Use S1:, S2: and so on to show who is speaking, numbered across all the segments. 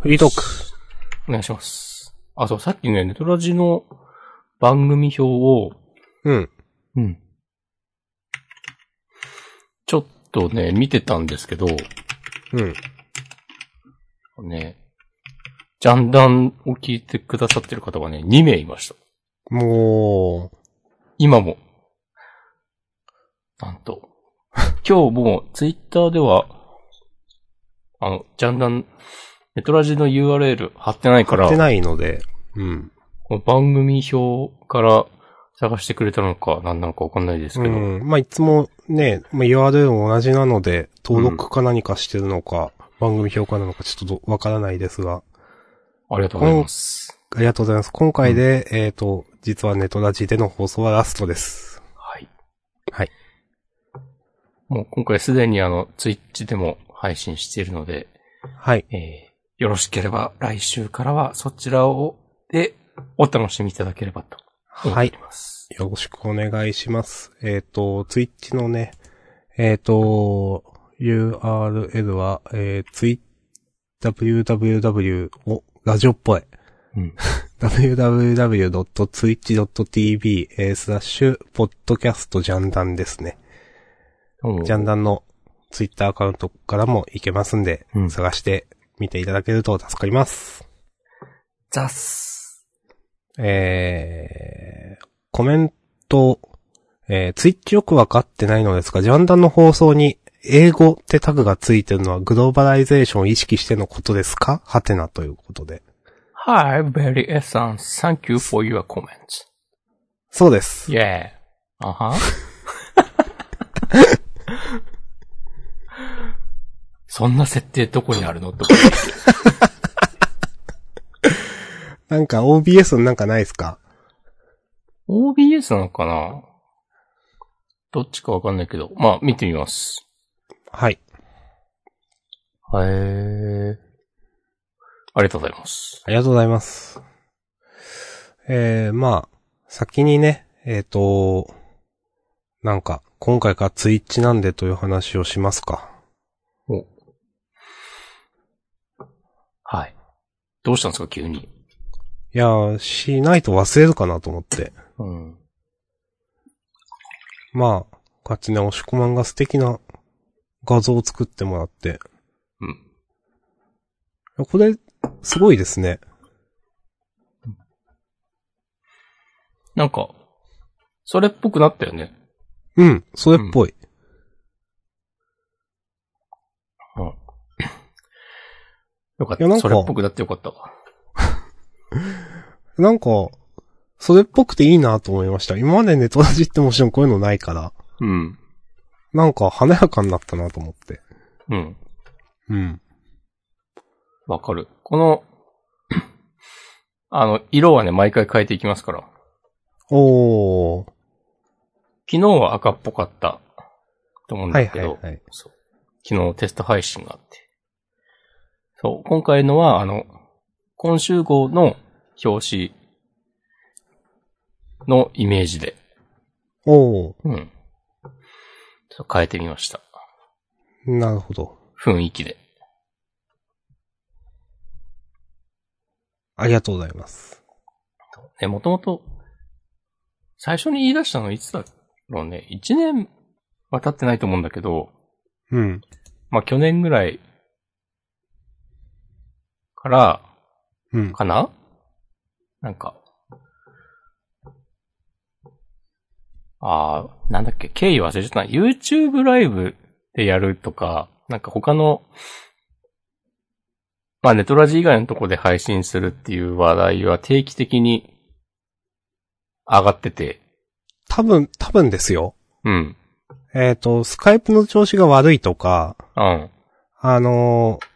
S1: フリートーク。
S2: お願いします。あ、そう、さっきね、ネトラジの番組表を、
S1: うん。
S2: うん。ちょっとね、見てたんですけど、
S1: うん。
S2: ね、ジャンダンを聞いてくださってる方がね、2名いました。
S1: も
S2: 今も。なんと。 今日もうツイッターでは、あの、ジャンダン、ネトラジの URL 貼ってないか
S1: う、
S2: ら
S1: 出、ないので、うん。
S2: この番組表から探してくれたのか何なのかわかんないです
S1: う
S2: けど、
S1: ん。まあ、いつもね、まあ、URL も同じなので、登録か何かしてるのか、番組評価なのかちょっとどわからないですが、
S2: ありがとうございます。
S1: ありがとうございます。今回で、えっ、と、実はネトラジでの放送はラストです。
S2: はい。
S1: はい。
S2: もう今回すでにあの、ツイッチでも配信しているので、
S1: はい。
S2: えー、よろしければ来週からはそちらを、で、お楽しみいただければと思
S1: は
S2: って
S1: い
S2: おり。ます。
S1: よろしくお願いします。えっ、と、ツイッチのね、えっ、と、URL は、えー、ツイ www を、ラジオっぽい。
S2: うん。
S1: www.twitch.tv、えー、スラッシュ、ポッドキャストジャンダンですね。
S2: うん
S1: ジャンダンのツイッターアカウントからもいけますんで、
S2: うん
S1: 探して見ていただけると助かります。
S2: ザッス。
S1: えー、コメント、えー、ツイッチよくわかってないのですが、ジャンダンの放送に英語ってタグがついてるのはグローバライゼーションを意識してのことですかはてなということで。
S2: Hi, very essence. Thank you for your comments.
S1: そうです。
S2: Yeah. Uh huh. そんな設定どこにあるのとか。
S1: なんか OBS のなんかないですか
S2: OBS なのかなどっちかわかんないけど。まあ、見てみます。
S1: はい。
S2: へえ。ありがとうございます。
S1: ありがとうございます。えー、まあ、先にね、えっ、と、なんか、今回からツイッチなんでという話をしますか。
S2: おはい。どうしたんですか、急に。
S1: いやー、しないと忘れるかなと思って。
S2: うん。
S1: まあ、こうやってね、押し込まんが素敵な画像を作ってもらって。
S2: うん。
S1: これ、すごいですね。
S2: なんか、それっぽくなったよね。
S1: うん、それっぽい。
S2: うん。よかっ
S1: いやな
S2: た。
S1: んか
S2: それっぽくなってよかったわ。
S1: なんか、それっぽくていいなと思いました。今までネトラジってもちろんこういうのないから、
S2: うん。
S1: なんか華やかになったなと思って。
S2: うん。
S1: うん。
S2: わかる。この、あの、色はね、毎回変えていきますから。
S1: おー。
S2: 昨日は赤っぽかったと思うん
S1: は
S2: だ
S1: い
S2: け
S1: は
S2: ど、
S1: いはい。
S2: そう昨日テスト配信があって。そう、今回のは、あの、今週号の表紙のイメージで、
S1: おー。
S2: うん。そう変えてみました。
S1: なるほど。
S2: 雰囲気で。
S1: ありがとうございます。
S2: ね、もともと、最初に言い出したのいつだろうね。1年は経ってないと思うんだけど、
S1: うん。
S2: まあ、去年ぐらいから、
S1: うん。
S2: かななんか。ああ、なんだっけ、経緯忘れちゃったな。YouTube ライブでやるとか、なんか他の、まあネトラジ以外のとこで配信するっていう話題は定期的に上がってて、
S1: 多分、多分ですよ。
S2: うん、
S1: えっ、と、スカイプの調子が悪いとか、
S2: うん、
S1: あのー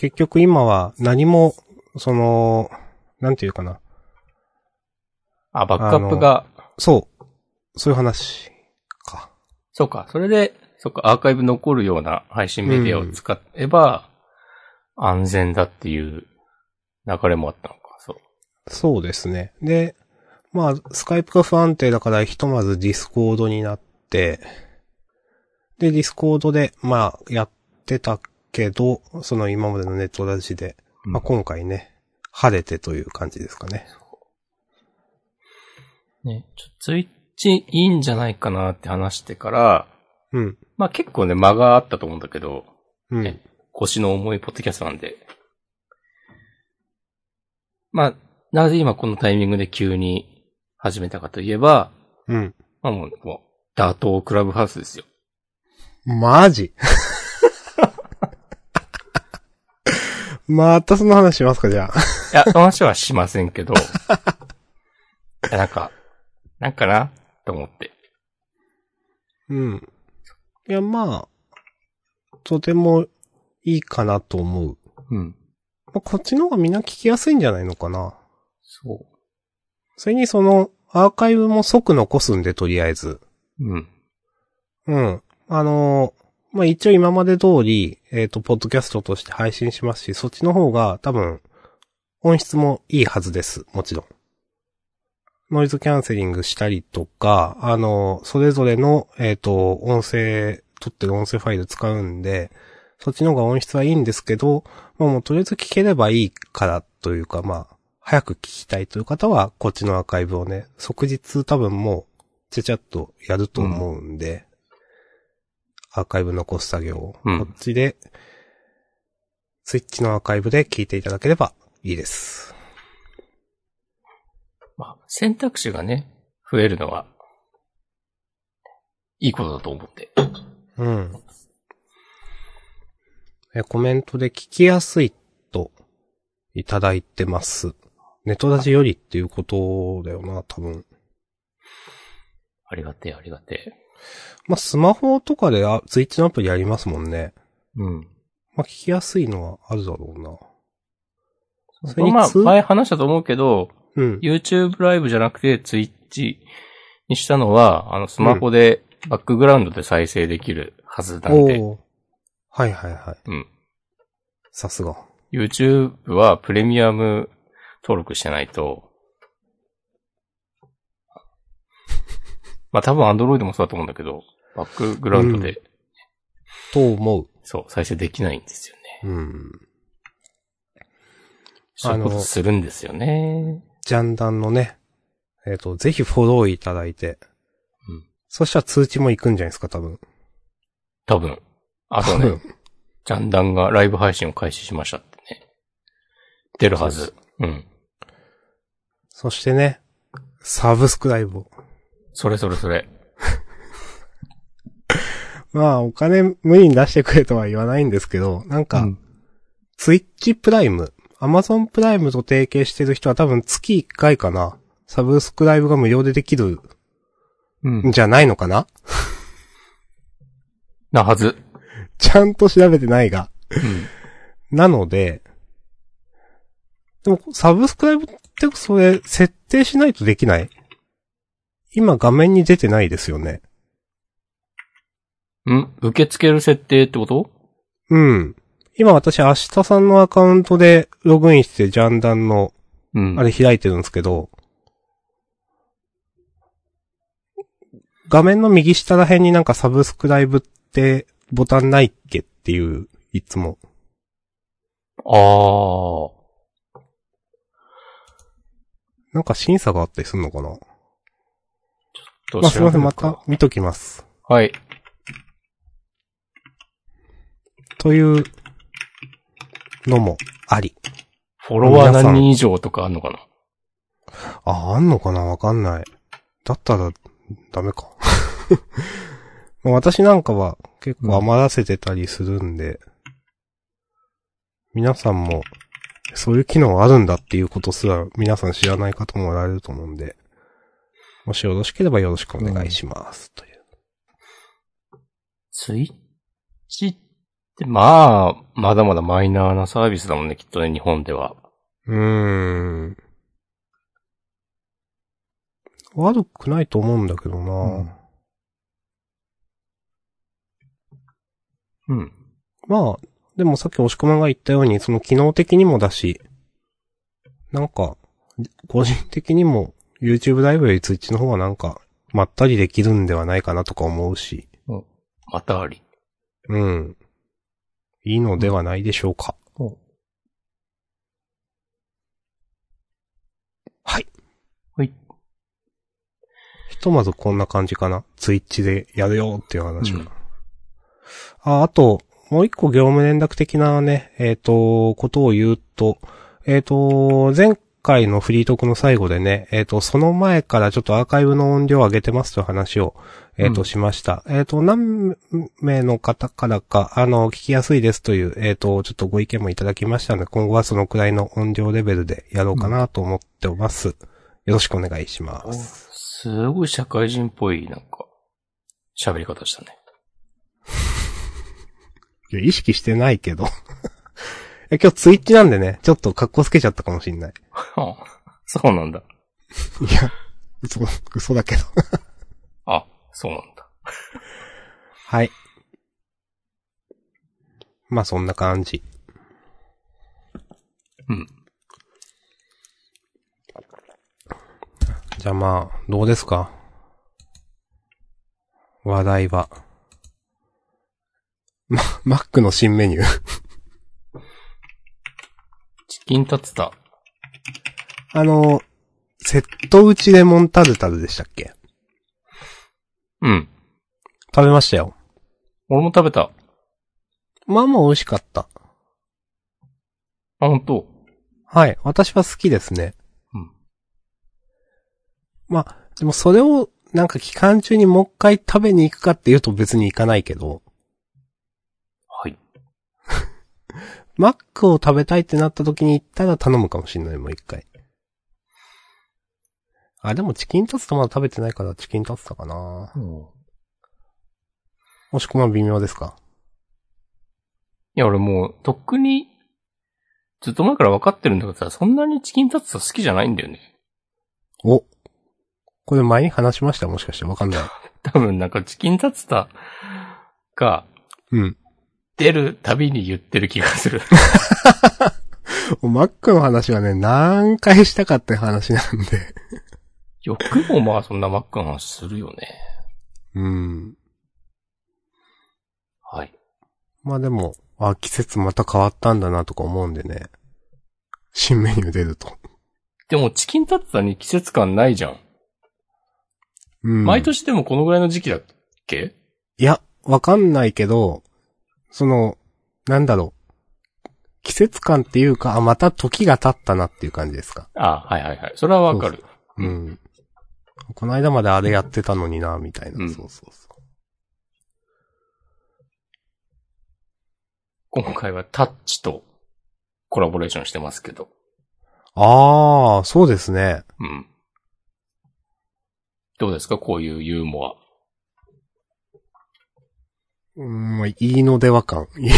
S1: 結局今は何も、その、なんていうかな。
S2: あ、バックアップが、
S1: そう。そういう話か。
S2: そうか、それで、そっか、アーカイブ残るような配信メディアを使えば、安全だっていう流れもあったのか、そう。
S1: そうですね。で、まあ、スカイプが不安定だから、ひとまずディスコードになって、で、ディスコードで、まあ、やってたけど、その今までのネットラジで。
S2: うん
S1: まあ、今回ね、晴れてという感じですかね。
S2: ね、ちょツイッチいいんじゃないかなって話してから、
S1: うん。
S2: まあ結構ね、間があったと思うんだけど、
S1: うん。
S2: ね腰の重いポッドキャストなんで。まあ、なぜ今このタイミングで急に始めたかといえば、
S1: うん。
S2: まあもう、もう打倒クラブハウスですよ。
S1: マジ またその話しますか、じゃあ。
S2: いや、その話はしませんけど、い やなんか、なんかなと思って。
S1: うん。いや、まあ、とてもいいかなと思う。
S2: うん。
S1: まあ、こっちの方がみんな聞きやすいんじゃないのかな。
S2: そ
S1: それにその、アーカイブも即残すんで、とりあえず。
S2: う。うん。
S1: うん。あのーまあ、一応今まで通り、えっ、と、ポッドキャストとして配信しますし、そっちの方が多分、音質もいいはずです。もちろん。ノイズキャンセリングしたりとか、あのーそれぞれの、えっ、と、音声、撮ってる音声ファイル使うんで、そっちの方が音質はいいんですけど、まあ、もうとりあえず聞ければいいからというか、まあ、早く聞きたいという方は、こっちのアーカイブをね、即日多分もう、ちゃちゃっとやると思うんで、アーカイブ残す作業を、
S2: うん
S1: こっちで、スイッチのアーカイブで聞いていただければいいです。
S2: まあ、選択肢がね、増えるのは、いいことだと思って。
S1: うん。え、コメントで聞きやすいと、いただいてます。ネトラジよりっていうことだよな、多分。
S2: ありがてえ、ありがて
S1: まあ、スマホとかで、あ、ツイッチのアプリありますもんね。
S2: え。うん。
S1: まあ、聞きやすいのはあるだろうな。それに
S2: まあ、
S1: 通
S2: 前話したと思うけど、
S1: うん。
S2: YouTube ライブじゃなくて Twitch にしたのは、あの、スマホでバックグラウンドで再生できるはずなんで、
S1: おーはいはいはい。
S2: うん。
S1: さすが。
S2: YouTube はプレミアム登録してないと、まあ多分 Android もそうだと思うんだけど、バックグラウンドで、
S1: と思う。
S2: そう、再生できないんですよね。
S1: うん。
S2: そういうことするんですよね。
S1: ジャンダンのね、えっ、と、ぜひフォローいただいて。
S2: うん
S1: そしたら通知も行くんじゃないですか、多分。
S2: 多分。あと
S1: 多
S2: ね
S1: 分、
S2: ジャンダンがライブ配信を開始しましたってね。出るは
S1: そう
S2: ず。うん。
S1: そしてね、サブスクライブを。
S2: それそれそれ。
S1: まあ、お金無理に出してくれとは言わないんですけど、なんか、
S2: うん
S1: ツイッチプライム、アマゾンプライムと提携してる人は多分月1回かな。サブスクライブが無料でできる
S2: うん
S1: ん。じゃないのかな
S2: なはず。
S1: ちゃんと調べてないが。
S2: うん。
S1: なので、でも、サブスクライブってそれ、設定しないとできない今画面に出てないですよね。
S2: うん受け付ける設定ってこと
S1: うん。今私、明日さんのアカウントでログインして、ジャンダンの、
S2: うん。
S1: あれ開いてるんですけど、画面の右下ら辺になんかサブスクライブってボタンないっけっていう、いつも。
S2: あー。
S1: なんか審査があったりするのかな
S2: どう
S1: まあ、すいません、
S2: 調べ
S1: ま
S2: るか
S1: た見ときます。
S2: はい。
S1: というのもあり。
S2: フォロワー何人以上とかあんのかな
S1: あ、あんのかなわかんない。だったら、ダメか。 まあ私なんかは結構余らせてたりするんで、皆さんも、そういう機能あるんだっていうことすら皆さん知らない方もおられると思うんで、もしよろしければよろしくお願いします。という。
S2: ツイッチって、まあ、まだまだマイナーなサービスだもんね、きっとね、日本では。
S1: うーん。悪くないと思うんだけどな、
S2: うんうん。
S1: まあ、でもさっき押し込まんが言ったように、その機能的にもだし、なんか、個人的にも YouTube ライブより Twitch の方がなんか、まったりできるんではないかなとか思うし、
S2: またあり。
S1: うん。いいのではないでしょうか。ひとまずこんな感じかな。ツイッチでやるよっていう話は。
S2: うん
S1: あ、あと、もう一個業務連絡的なね、えっ、と、ことを言うと、えっ、と、前回のフリートークの最後でね、えっ、と、その前からちょっとアーカイブの音量を上げてますという話を、えっ、と、
S2: うん
S1: しました。えっ、と、何名の方からか、あの、聞きやすいですという、えっ、と、ちょっとご意見もいただきましたので、今後はそのくらいの音量レベルでやろうかなと思っておます。よろしくお願いします。
S2: すごい社会人っぽい、なんか、喋り方したね。
S1: いや意識してないけど。 え今日ツイッチなんでね、ちょっと格好つけちゃったかもしんない。
S2: あ そうなんだ。
S1: いや、嘘、嘘だけど。
S2: あ、そうなんだ。
S1: はい。まあそんな感じ。
S2: うん。
S1: じゃあまあ、どうですか話題は。ま、マックの新メニュー。
S2: チキンタツタ。
S1: あの、セット打ちレモンタルタルでしたっけ
S2: うん。
S1: 食べましたよ。
S2: 俺も食べた。
S1: まあまあ美味しかった。
S2: あ、本当。
S1: はい。私は好きですね。
S2: うん。
S1: まあ、でもそれを、なんか期間中にもう一回食べに行くかっていうと別に行かないけど、
S2: はい。
S1: マックを食べたいってなった時に行ったら頼むかもしんない、もう一回。あ、でもチキンタツタまだ食べてないからチキンタツタかな
S2: うん、い
S1: もしくは微妙ですか
S2: や、俺もう、とっくに、ずっと前から分かってるんだけどさ、そんなにチキンタツタ好きじゃないんだよね。
S1: お。これ前に話しましたもしかしてわかんない。
S2: 多分なんかチキンタツタが
S1: うん。
S2: 出るたびに言ってる気がする。
S1: マックの話はね、何回したかって話なんで。
S2: よくもまあそんなマックの話するよね。
S1: うん。
S2: はい。
S1: まあでも、あ、季節また変わったんだなとか思うんでね。新メニュー出ると。
S2: でもチキンタツタに季節感ないじゃん。
S1: うん。
S2: 毎年でもこのぐらいの時期だっけ
S1: いや、わかんないけど、その、なんだろう。季節感っていうか、あ、また時が経ったなっていう感じですか。
S2: あはいはいはい。それはわかる。
S1: うん。この間まであれやってたのにな、みたいな。
S2: うん
S1: そうそうそう。
S2: 今回はタッチとコラボレーションしてますけど。
S1: あー、そうですね。
S2: うん。どうですかこういうユーモア。
S1: うん、まあいいのでは感。 い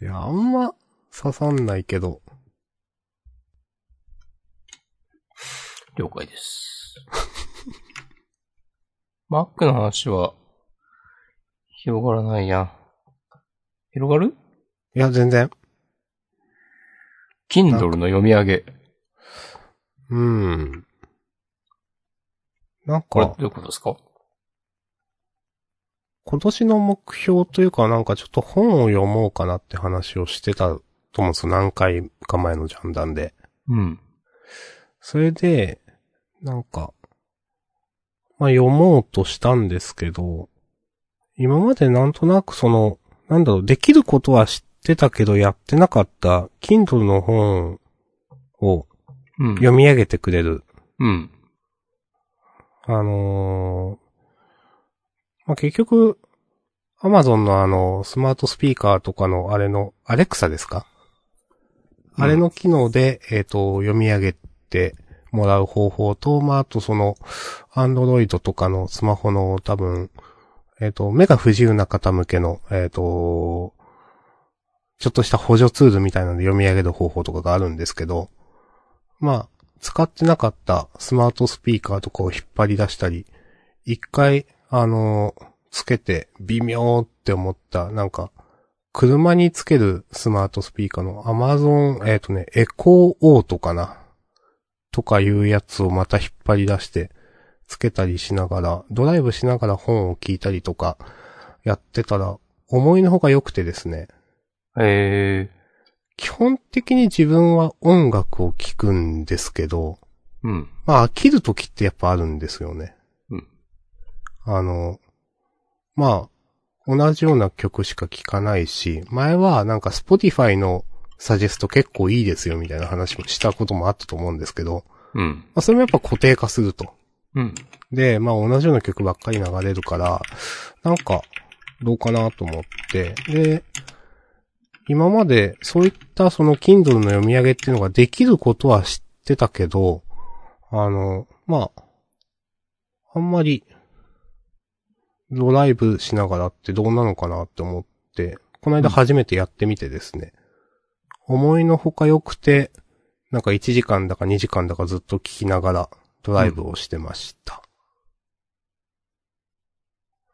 S2: うん
S1: や、あんま刺さんないけど。
S2: 了解です。 マックの話は、広がらないやん。広がる
S1: いや、全然。
S2: ?Kindle の読み上げ。
S1: うん。なん
S2: これど
S1: か、
S2: ういうことですか
S1: 今年の目標というか、なんかちょっと本を読もうかなって話をしてたと思うんですよ。何回か前のジャンダンで。
S2: うん。
S1: それで、なんか、まあ読もうとしたんですけど、今までなんとなくその、なんだろう、できることは知ってたけどやってなかった、Kindle の本を
S2: うん。
S1: 読み上げてくれる、
S2: うん。
S1: あのーまあ結局、Amazon のあの、スマートスピーカーとかのあれの、アレクサですか、
S2: うん
S1: あれの機能で、えっ、と、読み上げてもらう方法と、まあ、あとその、Android とかのスマホの多分、えっ、と、目が不自由な方向けの、えっ、と、ちょっとした補助ツールみたいなので読み上げる方法とかがあるんですけど、まあ、使ってなかったスマートスピーカーとかを引っ張り出したり、一回、あのーつけて微妙って思った、なんか、車につけるスマートスピーカーの Amazon、えっ、とね、エコーオートかなとかいうやつをまた引っ張り出して、つけたりしながら、ドライブしながら本を聞いたりとか、やってたら、思いのほか良くてですね。
S2: え
S1: 基本的に自分は音楽を聴くんですけど、
S2: ー。うん。
S1: まあ、飽きる時ってやっぱあるんですよね。
S2: うん。
S1: あの、まあ、同じような曲しか聴かないし、前はなんか Spotify のサジェスト結構いいですよみたいな話もしたこともあったと思うんですけど、
S2: うん。
S1: まあそれもやっぱ固定化すると。
S2: うん。
S1: で、まあ同じような曲ばっかり流れるから、なんか、どうかなと思って、で、今までそういったその Kindle の読み上げっていうのができることは知ってたけど、あの、まあ、あんまり、ドライブしながらってどうなのかなって思って、この間初めてやってみてですね、思いのほか良くて、なんか1時間だか2時間だかずっと聴きながらドライブをしてました。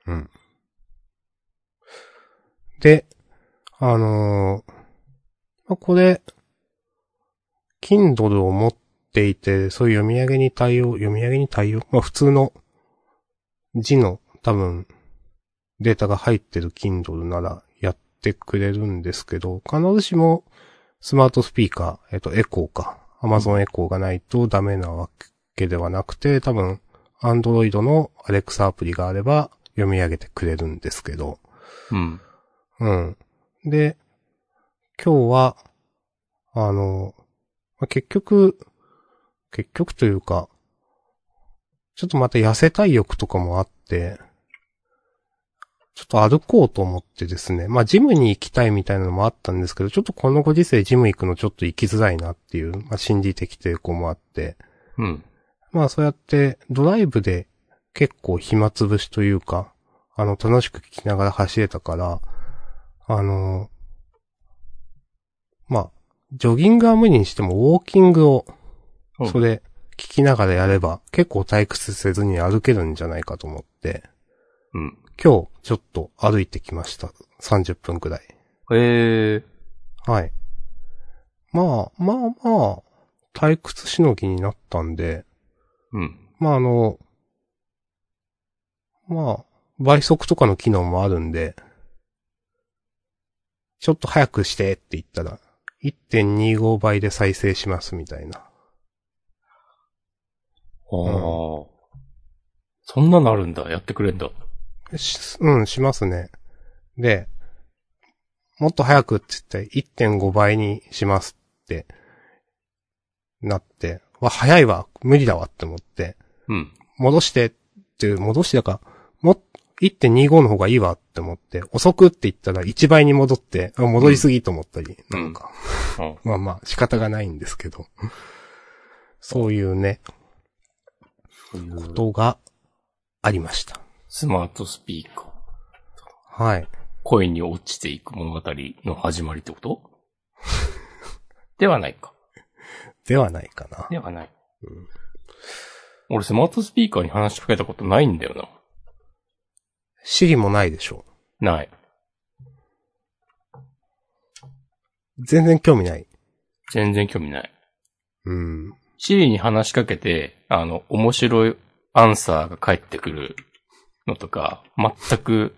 S1: うん。で、あのーまあこれ、Kindle を持っていて、そういう読み上げに対応、読み上げに対応、まあ普通の字の多分データが入ってる Kindle ならやってくれるんですけど、必ずしもスマートスピーカー、えっと、エコーか、Amazon エコーがないとダメなわけではなくて、多分、Android の Alexa アプリがあれば読み上げてくれるんですけど、
S2: うん。
S1: うん。で、今日は、あの、まあ結局、結局というか、ちょっとまた痩せたい欲とかもあって、ちょっと歩こうと思ってですね。まあ、ジムに行きたいみたいなのもあったんですけど、ちょっとこのご時世ジム行くのちょっと行きづらいなっていう、まあ、心理的抵抗もあって、
S2: うん。
S1: まあそうやってドライブで結構暇つぶしというか、あの楽しく聞きながら走れたから、あの、まあ、ジョギングは無理にしてもウォーキングを
S2: うん、
S1: それ聞きながらやれば結構退屈せずに歩けるんじゃないかと思って、
S2: うん。
S1: 今日ちょっと歩いてきました。30分くらい。
S2: ええ
S1: はい。まあ、まあまあ、退屈しのぎになったんで、
S2: うん。
S1: まああの、まあ、倍速とかの機能もあるんで、ちょっと早くしてって言ったら、1.25倍で再生しますみたいな。
S2: ああ、そんなのあるんだ。やってくれんだ。
S1: しうん、しますね。で、もっと早くって言って1.5倍にしますって、なって、わ、早いわ、無理だわって思って、
S2: うん。
S1: 戻してっていう、戻してだか、も、1.25の方がいいわって思って、遅くって言ったら1倍に戻って、あ戻りすぎと思ったり、
S2: うん
S1: なんか、
S2: うん。
S1: まあまあ仕方がないんですけど、そういうね、
S2: そういう
S1: ことがありました。
S2: スマートスピーカー。
S1: はい。
S2: 恋に落ちていく物語の始まりってことではないか。
S1: ではないかな。
S2: ではない。俺、スマートスピーカーに話しかけたことないんだよ
S1: シリもないでしょ
S2: な。ない。
S1: う。全然興味ない。
S2: 全然興味ない。
S1: うん。
S2: シリに話しかけて、あの、面白いアンサーが返ってくるのとか、全く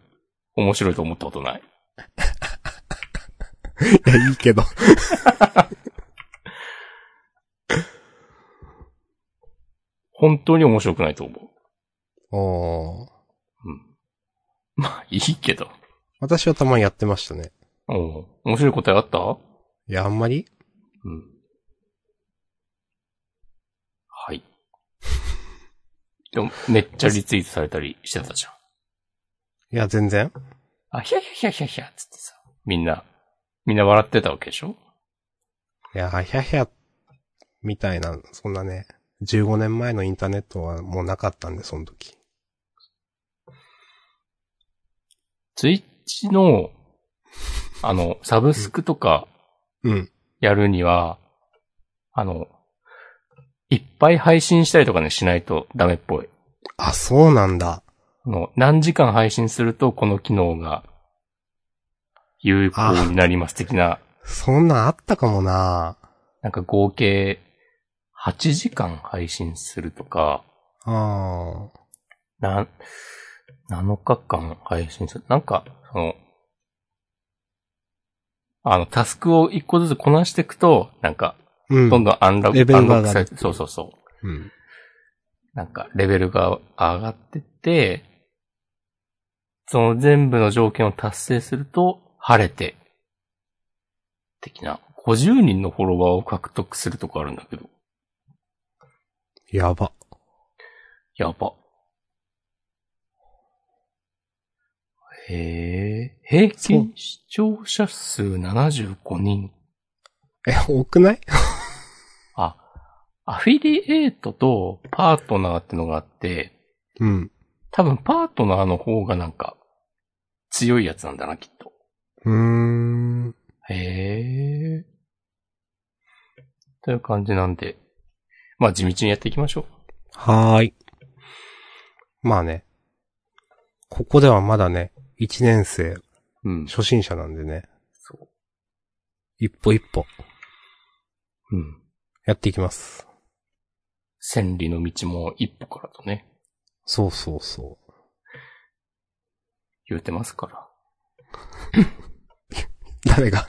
S2: 面白いと思ったことない。
S1: いや、いいけど。
S2: 本当に面白くないと思う。
S1: おー
S2: まあ、いいけど。
S1: 私はたまにやってましたね。
S2: うん。面白い答えあったう
S1: いや、あんまり
S2: ん。 はい。でも、めっちゃリツイートされたりしてたじゃん。
S1: いや、全然。
S2: あ、ひゃひゃひゃひゃひゃ、つってさ。みんな、みんな笑ってたわけでしょ
S1: いや、ヒャヒャ、みたいな、そんなね、15年前のインターネットはもうなかったんで、その時。
S2: ツイッチの、あの、サブスクとか
S1: うん。
S2: やるには、あの、いっぱい配信したりとかね、しないとダメっぽい。
S1: あ、そうなんだ。
S2: あの、何時間配信するとこの機能が有効になります的な、
S1: そんなんあったかもな
S2: なんか合計8時間配信するとか、
S1: あ
S2: な、7日間配信する。なんか、その、あの、タスクを一個ずつこなしていくと、なんか、
S1: ー。うん。
S2: どんどんアンラブ、
S1: レベ
S2: ア
S1: ル
S2: ン
S1: が
S2: ロッ
S1: 上
S2: ク
S1: がる
S2: されて、そうそうそう。
S1: うん。
S2: なんか、レベルが上がってって、その全部の条件を達成すると、晴れて、的な、50人のフォロワーを獲得するとかあるんだけど、
S1: やば。
S2: やば。へえ、平均視聴者数75人。
S1: え、多くない
S2: あ、アフィリエイトとパートナーってのがあって、
S1: うん。
S2: 多分パートナーの方がなんか、強いやつなんだな、きっと。
S1: うーん。
S2: へえ。という感じなんで、まあ地道にやっていきましょう。
S1: はーい。まあね。ここではまだね、1年生、
S2: うん。
S1: 初心者なんでね、
S2: そ
S1: 一歩一歩、
S2: う。うん。
S1: やっていきます。
S2: 千里の道も一歩からとね、
S1: そうそうそ
S2: 言うてますか
S1: う。誰が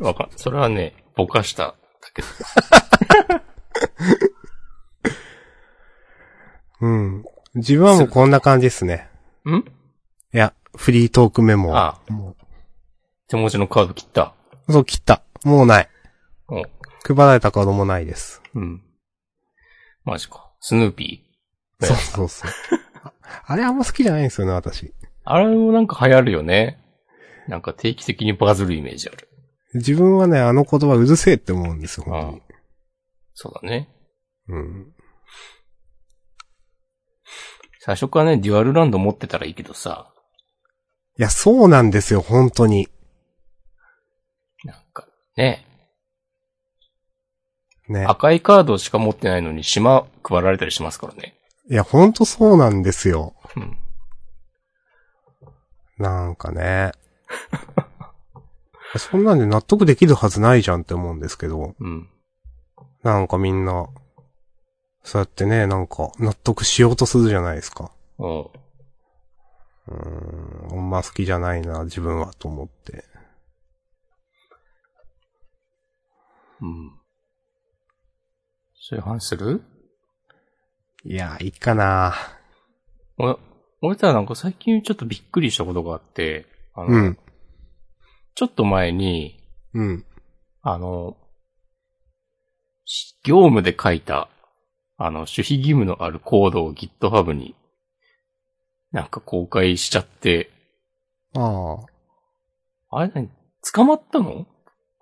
S2: ら。わかん、それはね、ぼかしただけど。
S1: うん。自分はもうこんな感じですね。
S2: ん
S1: いや、フリートークメモを。
S2: あ
S1: も
S2: 手持ちのカード切った。
S1: うそう、切った。もうない。
S2: お
S1: 配られたカードもないです。
S2: うん。マジか。スヌーピー。ね
S1: そうそうそう。ああれあんま好きじゃないんですよね、私。
S2: あれもなんか流行るよね。なんか定期的にバズるイメージある。
S1: 自分はね、あの言葉うるせえって思うんですよ、本
S2: そうだね。
S1: 当に。うん。
S2: 最初からね、デュアルランド持ってたらいいけどさ、
S1: いや、そうなんですよ、本当に。
S2: なんかね、
S1: ね。
S2: 赤いカードしか持ってないのに島配られたりしますからね。
S1: いや、ほんとそうなんですよ。
S2: うん。
S1: なんかね。 そんなんで納得できるはずないじゃんって思うんですけど、
S2: うん。
S1: なんかみんな、そうやってね、なんか納得しようとするじゃないですか。
S2: うん。
S1: うーん、ほんま好きじゃないな、自分は、と思って。
S2: うん。そういう話する
S1: いや、いいかな
S2: 俺、俺たらなんか最近ちょっとびっくりしたことがあって、あの、
S1: うん
S2: ちょっと前に、
S1: うん。
S2: あの、し業務で書いた、あの、守秘義務のあるコードを GitHub に、なんか公開しちゃって、
S1: あ
S2: あれ何捕まったのか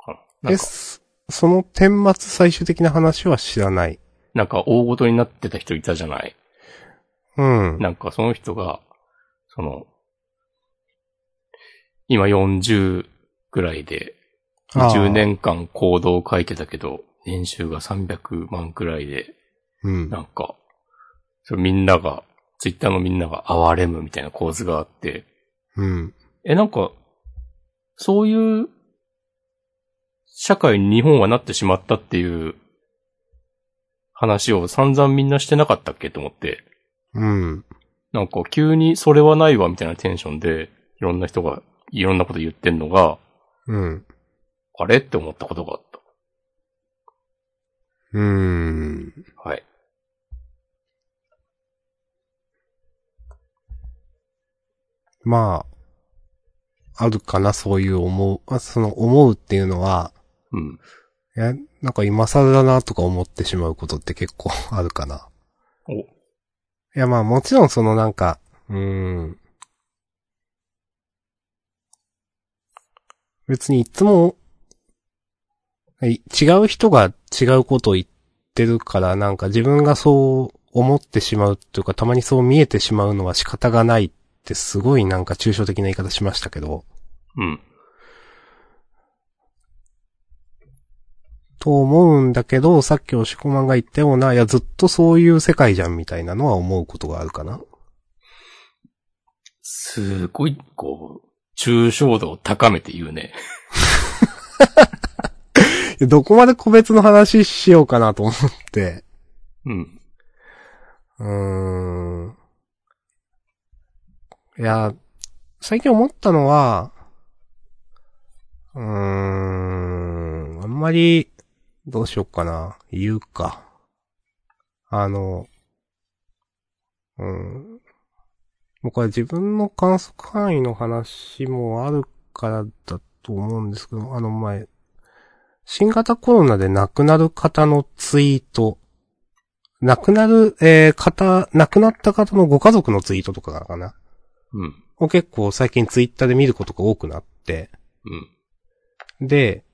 S1: あ。
S2: ななん
S1: え、
S2: か、
S1: そその天末最終的な話は知らない。
S2: なんか大ごとになってた人いたじゃない
S1: うん。
S2: なんかその人が、その、今40ぐらいで、
S1: あー
S2: 10。年間行動を書いてたけど、年収が300万くらいで、
S1: うん。
S2: なんか、それみんなが、ツイッターのみんなが哀れむみたいな構図があって、
S1: うん。
S2: え、なんか、そういう、社会に日本はなってしまったっていう、話を散々みんなしてなかったっけと思って。
S1: うん。
S2: なんか急にそれはないわみたいなテンションで、いろんな人がいろんなこと言ってんのが、
S1: うん。
S2: あれって思ったことがあっ
S1: うん。
S2: た。はい。
S1: まあ、あるかな、そういう思う。あその思うっていうのは、
S2: うん。
S1: いや、なんか今更だなとか思ってしまうことって結構 あるかな。
S2: お
S1: いや、まあもちろんそのなんか、うーん。別にいつも、はい違う人が違うことを言ってるから、なんか自分がそう思ってしまうというか、たまにそう見えてしまうのは仕方がないってすごいなんか抽象的な言い方しましたけど。
S2: うん。
S1: と思うんだけど、さっき押し込まんが言ったような、いや、ずっとそういう世界じゃんみたいなのは思うことがあるかな。
S2: すごい、こう、抽象度を高めて言うね。
S1: いやどこまで個別の話しようかなと思って。
S2: うん。
S1: うーん。いや、最近思ったのは、うーん、あんまり、どうしようかな。言うか。あの、うん。もうこれ自分の観測範囲の話もあるからだと思うんですけど、あの前、新型コロナで亡くなる方のツイート、亡くなる、えー方、亡くなった方のご家族のツイートとかかな
S2: うん。
S1: を結構最近ツイッターで見ることが多くなって、
S2: うん。
S1: で、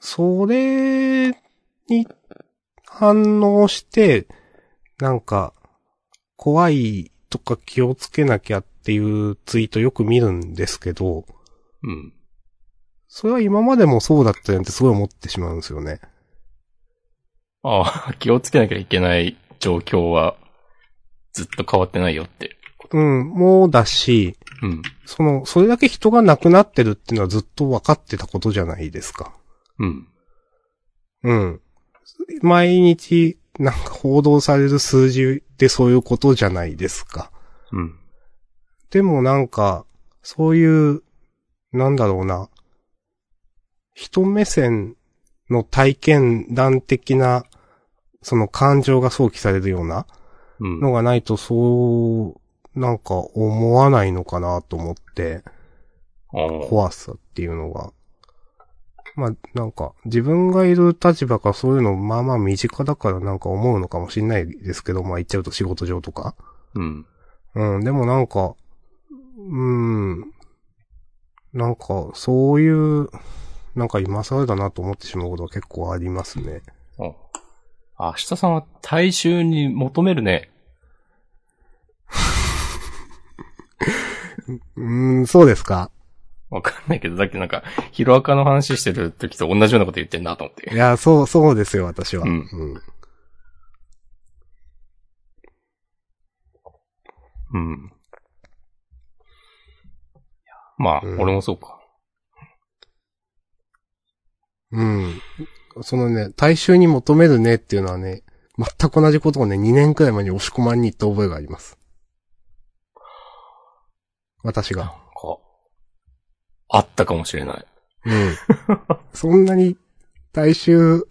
S1: それに反応して、なんか、怖いとか気をつけなきゃっていうツイートよく見るんですけど、
S2: うん。
S1: それは今までもそうだったよねってすごい思ってしまうんですよね。
S2: ああ、 気をつけなきゃいけない状況は、ずっと変わってないよって。
S1: うん、もうだし、
S2: うん。
S1: その、それだけ人が亡くなってるっていうのはずっと分かってたことじゃないですか。
S2: うん。
S1: うん。毎日、なんか報道される数字でそういうことじゃないですか。
S2: うん。
S1: でもなんか、そういう、なんだろうな、人目線の体験談的な、その感情が想起されるような
S2: うん。
S1: のがないと、そう、なんか思わないのかなと思って、
S2: ああ
S1: 怖さっていうのが。まあ、なんか、自分がいる立場がそういうの、まあまあ身近だからなんか思うのかもしれないですけど、まあ言っちゃうと仕事上とか。
S2: うん。
S1: うん、でもなんか、うーん、なんか、そういう、なんか今更だなと思ってしまうことは結構ありますね。
S2: ああ。明日さんは大衆に求めるね。
S1: うーん、そうですか
S2: わかんないけど、さっきなんか、ヒロアカの話してる時と同じようなこと言ってんなと思っ
S1: い
S2: て。
S1: や、そう、そうですよ、私は。
S2: うん
S1: うん。
S2: うん。まあ、
S1: うん
S2: 俺もそうか。
S1: うん。そのね、大衆に求めるねっていうのはね、全く同じことをね、2年くらい前に押し込まんに行った覚えがあります。私
S2: なん
S1: が。
S2: か、あったかもしれない。
S1: うん。そんなに、大衆、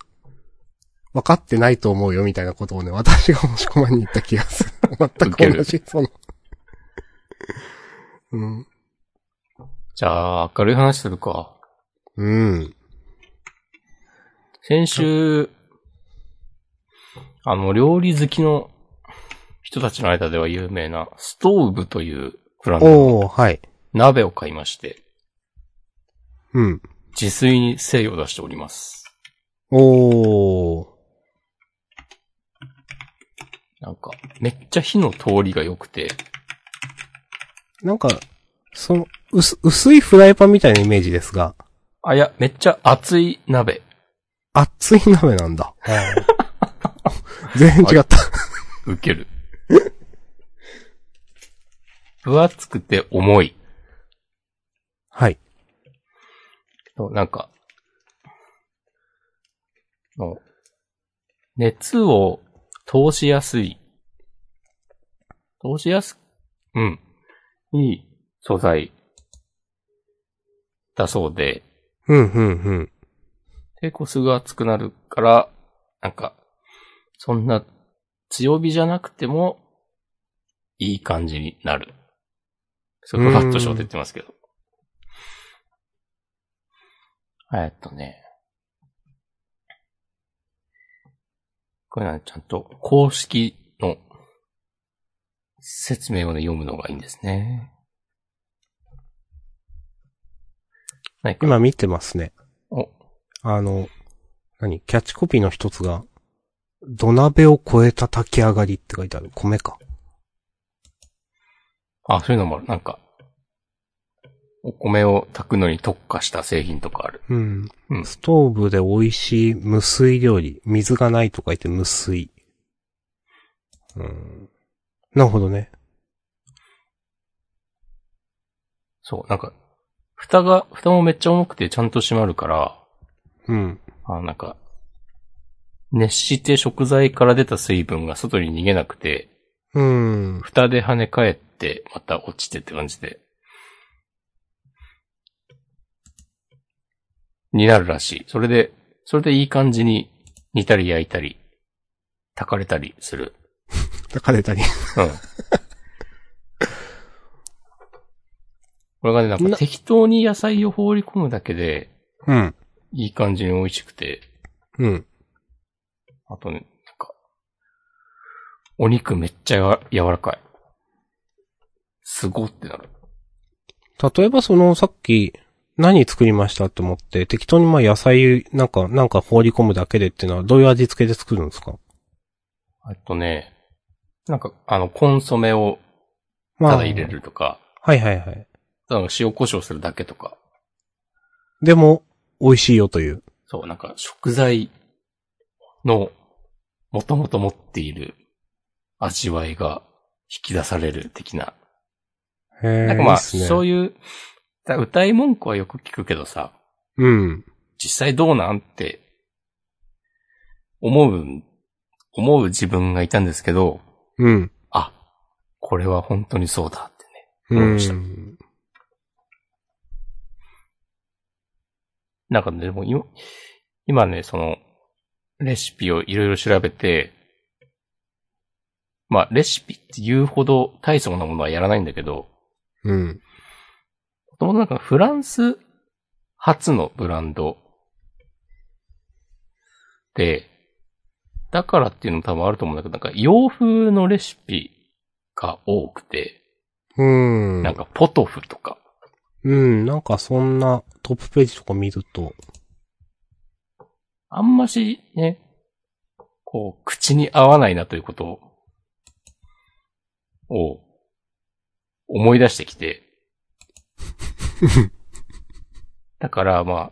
S1: 分かってないと思うよ、みたいなことをね、私が申し込まに行った気がする。全
S2: ウケ
S1: く
S2: る
S1: 同じ、その。うん。
S2: じゃあ、明るい話するか。
S1: うん。
S2: 先週、あの、料理好きの人たちの間では有名な、ストーブというブランドの
S1: おー、はい。
S2: 鍋を買いまして、
S1: うん。
S2: 自炊に精を出しております。
S1: おー。
S2: なんか、めっちゃ火の通りが良くて、
S1: なんか、その、薄、薄いフライパンみたいなイメージですが、
S2: あ、いや、めっちゃ熱い鍋。
S1: 熱い鍋なんだ。 全然違った。
S2: ウケる。 分厚くて重い。
S1: はい。
S2: そうなんか、の熱を通しやすい。通しやす、うん。いい素材だそうで、
S1: うん、うん、うん。
S2: 抵抗すぐ熱くなるから、なんか、そんな強火じゃなくても、いい感じになる。すごいふわっとしようって言ってますけど。えっとね。これはちゃんと公式の説明をね、読むのがいいんですね。何か
S1: 今見てますね。
S2: お、
S1: あの、何キャッチコピーの一つが、土鍋を超えた炊き上がりって書いてある。米か。
S2: あ、そういうのもある。なんか、お米を炊くのに特化した製品とかある。
S1: うん。
S2: うん
S1: ストーブで美味しい無水料理。水がないと書いて無水。うん。なるほどね。
S2: そう、なんか、蓋が、蓋もめっちゃ重くてちゃんと閉まるから、
S1: うん。
S2: あなんか、熱して食材から出た水分が外に逃げなくて、
S1: うん。
S2: 蓋で跳ね返って、また落ちてって感じで。になるらしい。それで、それでいい感じに煮たり焼いたりたかれたりする。
S1: 書かれたり。
S2: うん。これがね、なんか
S1: な
S2: 適当に野菜を放り込むだけで、
S1: うん。
S2: いい感じに美味しくて、
S1: うん。
S2: あとね、なんか、お肉めっちゃやわ柔らかい。すごってなる。
S1: 例えばその、さっき、何作りましたって思って、適当にまあ野菜、なんか、なんか放り込むだけでっていうのは、どういう味付けで作るんですか
S2: あとね、なんか、あの、コンソメを
S1: まあ、
S2: ただ入れ。るとか、
S1: はいはいはい。
S2: ただ塩胡椒するだけとか、
S1: でも、美味しいよという。
S2: そう、なんか食材の元々持っている味わいが引き出される的な。
S1: へえ。
S2: なんかま
S1: いい
S2: あ、
S1: っすね
S2: そういう、だ歌い文句はよく聞くけどさ、
S1: うん。
S2: 実際どうなんって、思う、思う自分がいたんですけど、
S1: うん。
S2: あ、これは本当にそうだってね。思いま
S1: う
S2: した
S1: ん。
S2: なんかねでも今、今ね、その、レシピをいろいろ調べて、まあ、レシピって言うほど大層なものはやらないんだけど、
S1: うん。
S2: もともとなんかフランス初のブランドで、だからっていうのも多分あると思うんだけど、なんか洋風のレシピが多くて、
S1: うん。
S2: なんかポトフとか、
S1: うん、なんかそんなトップページとか見ると、
S2: あんましね、こう、口に合わないなということを、思い出してきて。だから、まあ、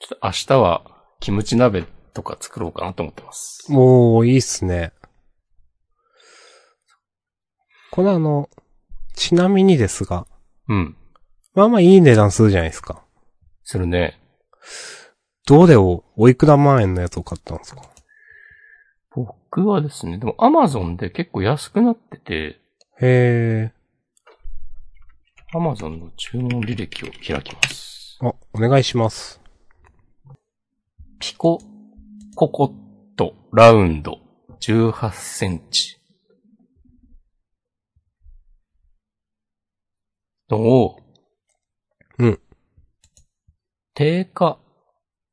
S2: ちょっと明日はキムチ鍋とか作ろうかなと思ってます。
S1: もういいっすね。これあの、ちなみにですが、
S2: うん。
S1: まあまあいい値段するじゃないですか。
S2: するね。
S1: どれを、おいくら万円のやつを買ったんですか
S2: 僕はですね、でもアマゾンで結構安くなってて、
S1: へえ。
S2: アマゾンの注文履歴を開きます。
S1: あ、お願いします。
S2: ピコ、ココット、ラウンド、18センチ。のを、
S1: うん。
S2: 定価、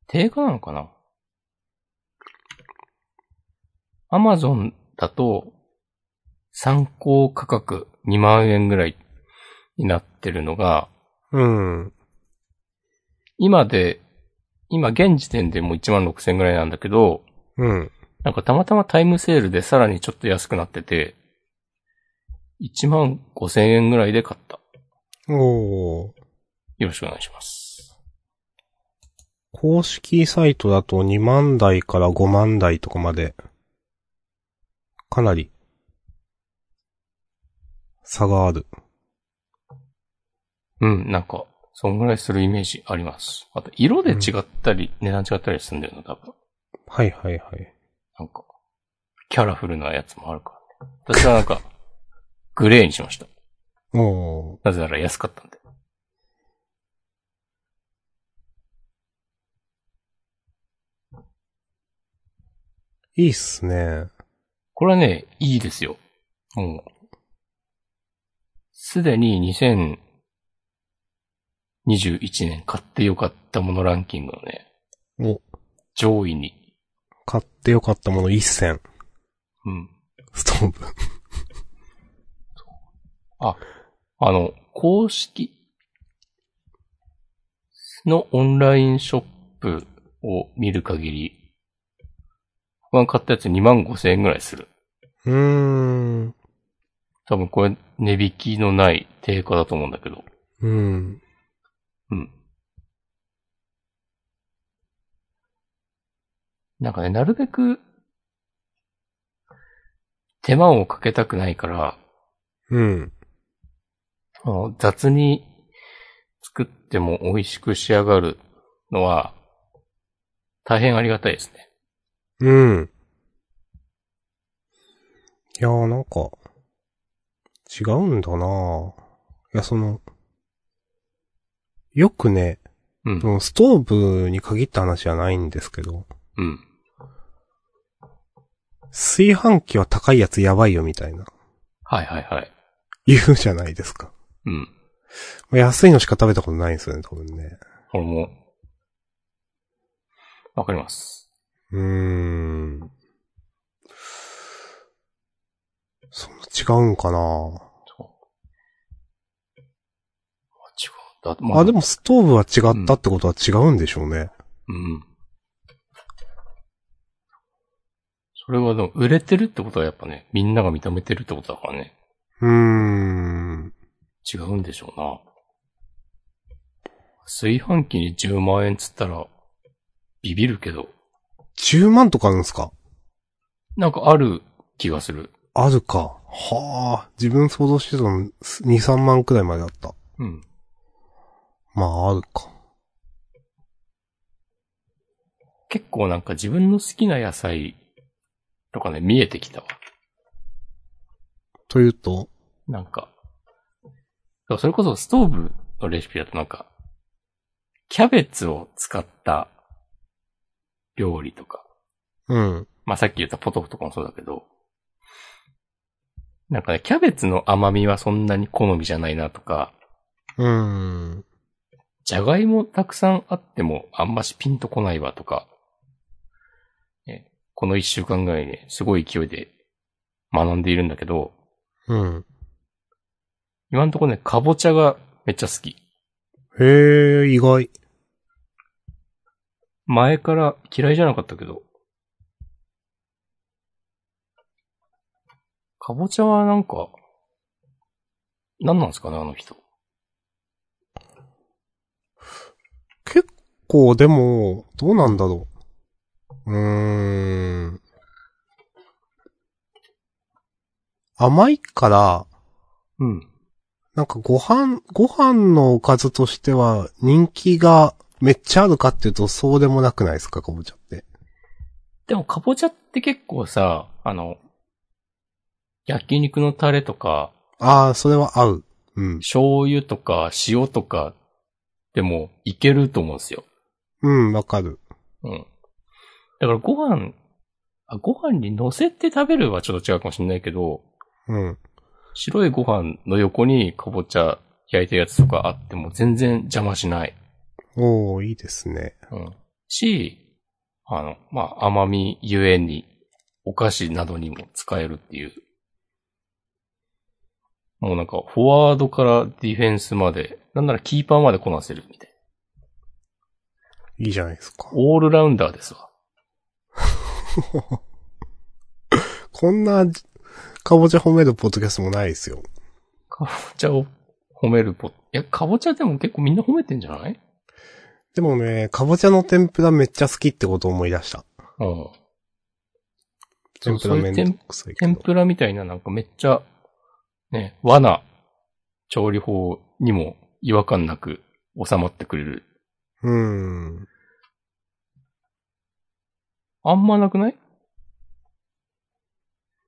S2: 定価なのかなアマゾンだと、参考価格2万円ぐらいになってるのが、
S1: うん。
S2: 今で、今現時点でもう1万6000円ぐらいなんだけど、
S1: うん。
S2: なんかたまたまタイムセールでさらにちょっと安くなってて、1万5千円ぐらいで買った。
S1: おー。
S2: よろしくお願いします。
S1: 公式サイトだと2万台から5万台とかまで、かなり、差がある。
S2: うん、なんか、そんぐらいするイメージあります。あと、色で違ったり、値段違ったりするんだよな、多分。
S1: はいはいはい。
S2: なんか、キャラフルなやつもあるからね。私はなんか、グレーにしました。
S1: おー。
S2: なぜなら安かったんで。
S1: いいっすね。
S2: これはね、いいですよ。もう。すでに2021年買ってよかったものランキングのね、
S1: お、
S2: 上位に。
S1: 買ってよかったもの一選。
S2: うん。
S1: ストーブ。
S2: あの、公式のオンラインショップを見る限り、僕が買ったやつ2万5千円ぐらいする。
S1: うーん。
S2: 多分これ値引きのない定価だと思うんだけど。
S1: うん。
S2: うん。なんかね、なるべく、手間をかけたくないから、
S1: うん。
S2: あの雑に作っても美味しく仕上がるのは、大変ありがたいですね。
S1: うん。いやーなんか、違うんだなぁ。いや、その、よくね、
S2: うん
S1: そ。のストーブに限った話じゃないんですけど、
S2: うん。
S1: 炊飯器は高いやつやばいよみたいな、
S2: はいはいはい。
S1: 言うじゃないですか。
S2: うん。
S1: 安いのしか食べたことないんですよね、多分ね。
S2: 俺も、わかります。
S1: うーん。その違うんかな
S2: そうあ違う。だってま
S1: あ、でもストーブは違ったってことは違うんでしょうね。
S2: うん。それはでも、売れてるってことはやっぱね、みんなが認めてるってことだからね。
S1: うーん。
S2: 違うんでしょうな。炊飯器に10万円っつったら、ビビるけど、
S1: 10万とかあるんですか
S2: なんかある気がする。
S1: あるか。はあ。自分想像してたのす2、3万くらいまであった。
S2: うん。
S1: まあ、あるか。
S2: 結構なんか自分の好きな野菜とかね、見えてきたわ。
S1: というと、
S2: なんか。そうそれこそストーブのレシピだとなんか、キャベツを使った料理とか、
S1: うん。
S2: まあ、さっき言ったポトフとかもそうだけど、なんかね、キャベツの甘みはそんなに好みじゃないなとか、
S1: うーん。
S2: じゃがいもたくさんあってもあんましピンとこないわとか、ねこの一週間ぐらいね、すごい勢いで学んでいるんだけど、
S1: うん。
S2: 今んとこね、かぼちゃがめっちゃ好き。
S1: へえ、意外。
S2: 前から嫌いじゃなかったけど。かぼちゃはなんか、何なんですかね、あの人。
S1: 結構、でも、どうなんだろう。うーん。甘いから、
S2: うん。
S1: なんかご飯、ご飯のおかずとしては人気がめっちゃあるかっていうとそうでもなくないですか、かぼちゃって。
S2: でも、かぼちゃって結構さ、あの、焼肉のタレとか、
S1: ああ、それは合う。うん。
S2: 醤油とか、塩とか、でも、いけると思うんですよ。
S1: うん、わかる。
S2: うん。だから、ご飯、あ、ご飯に乗せて食べるはちょっと違うかもしれないけど、
S1: うん。
S2: 白いご飯の横にかぼちゃ焼いたやつとかあっても全然邪魔しない。
S1: おー、いいですね。
S2: うん。し、あの、まあ、甘みゆえに、お菓子などにも使えるっていう。もうなんか、フォワードからディフェンスまで、なんならキーパーまでこなせるみたいな。
S1: いいじゃないですか。
S2: オールラウンダーですわ。
S1: こんな、かぼちゃ褒めるポッドキャストもないですよ。
S2: かぼちゃを褒めるポいや、かぼちゃでも結構みんな褒めてんじゃない
S1: でもね、かぼちゃの天ぷらめっちゃ好きってことを思い出した。
S2: うん。
S1: 天ぷらめんどくさいけ
S2: 天
S1: ど。
S2: ぷらみたいななんかめっちゃ、ね、和な調理法にも違和感なく収まってくれる。
S1: うん。
S2: あんまなくない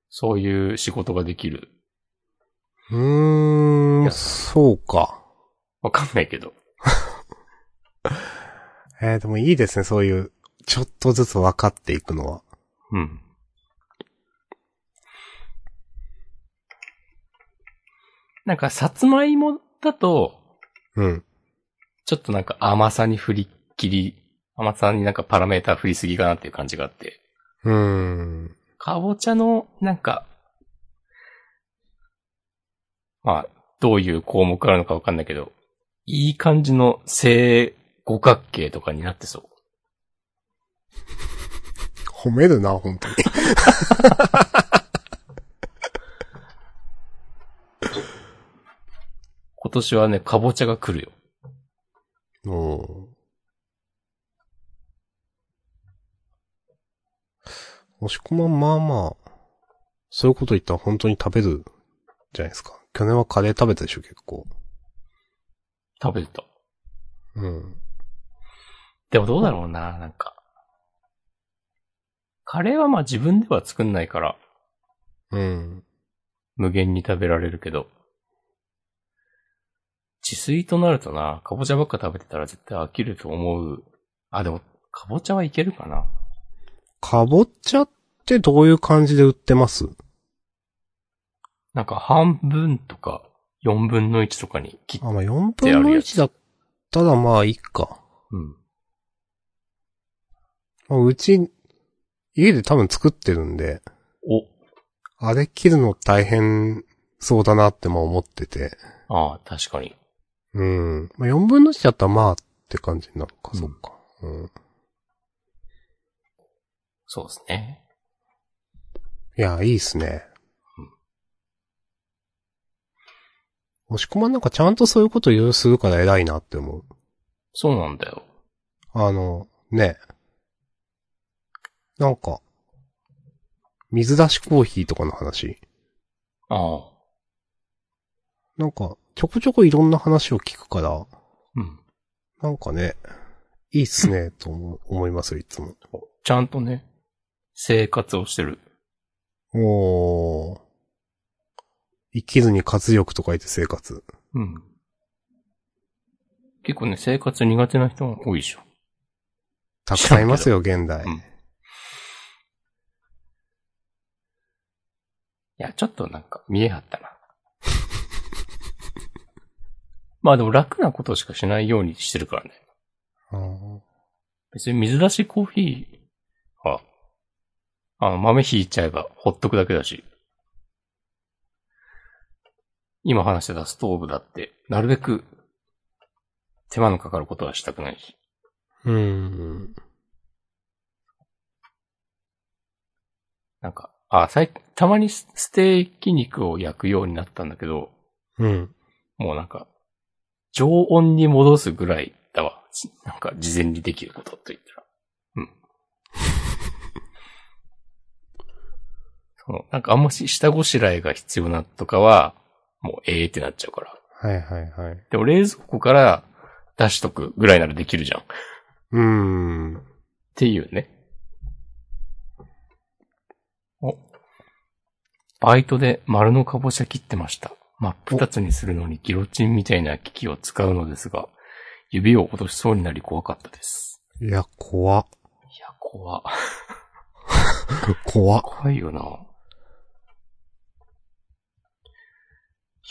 S2: そういう仕事ができる。
S1: うー
S2: い
S1: ん、
S2: や
S1: そうか。
S2: わかんないけど。
S1: えー、でもいいですね、そういう、ちょっとずつ分かっていくのは。
S2: うん。なんか、さつまいもだと、
S1: うん。
S2: ちょっとなんか甘さに振り切り、甘さになんかパラメータ振りすぎかなっていう感じがあって。
S1: うーん。
S2: かぼちゃの、なんか、まあ、どういう項目があるのかわかんないけど、いい感じの正五角形とかになってそう。
S1: 褒めるな、本当に。
S2: 今年はね、かぼちゃが来るよ。
S1: うん。押し込まん、まあまあ、そういうこと言ったら本当に食べるじゃないですか。去年はカレー食べたでしょ、結構。
S2: 食べてた。
S1: うん。
S2: でもどうだろうな、なんか。カレーはまあ自分では作んないから、
S1: うん。
S2: 無限に食べられるけど。自炊となるとな、かぼちゃばっか食べてたら絶対飽きると思う。あ、でも、かぼちゃはいけるかな。
S1: かぼちゃってどういう感じで売ってます
S2: なんか半分とか、四分の一とかに切っ
S1: あ、まあ、4分の1だったらまあいいか。
S2: うん。
S1: まあ、うち、家で多分作ってるんで、
S2: お、
S1: あれ切るの大変そうだなっても思ってて。
S2: ああ、確かに。
S1: うん。まあ、4分の1だったらまあって感じになるか、
S2: うん
S1: そっか。うん。
S2: そうですね。
S1: いや、いいっすね。押し込まんなんかちゃんとそういうこといろいろするから偉いなって思う。
S2: そうなんだよ。
S1: あの、ね。なんか、水出しコーヒーとかの話。
S2: ああ。
S1: なんか、ちょこちょこいろんな話を聞くから、
S2: うん。
S1: なんかね、いいっす ね、と思う思いますよ、いつも。
S2: ちゃんとね、生活をしてる。
S1: おー。生きずに活力と書いて生活。
S2: うん。結構ね、生活苦手な人が多いでしょ。
S1: たくさんいますよ、現代
S2: う。ん。いや、ちょっとなんか見えはったな。まあでも楽なことしかしないようにしてるからね。
S1: あー
S2: 別に水出しコーヒーは、あの、豆ひいちゃえばほっとくだけだし。今話してたストーブだって、なるべく手間のかかることはしたくないし。
S1: うん。
S2: なんか、あ、最近、たまにスステーキ肉を焼くようになったんだけど、
S1: うん。
S2: もうなんか、常温に戻すぐらいだわ。しなんか、事前にできることって言ったら。うん。 その、なんかあんまし下ごしらえが必要なとかは、もうええってなっちゃうから。
S1: はいはいはい。
S2: でも冷蔵庫から出しとくぐらいならできるじゃん。っ
S1: うん。
S2: ていうね。お。バイトで丸のかぼちゃ切ってました。真っ二つにするのにギロチンみたいな機器を使うのですが、指を落としそうになり怖かったです。
S1: いや、怖っ。
S2: いや、怖。
S1: 怖っ。
S2: 怖いよな。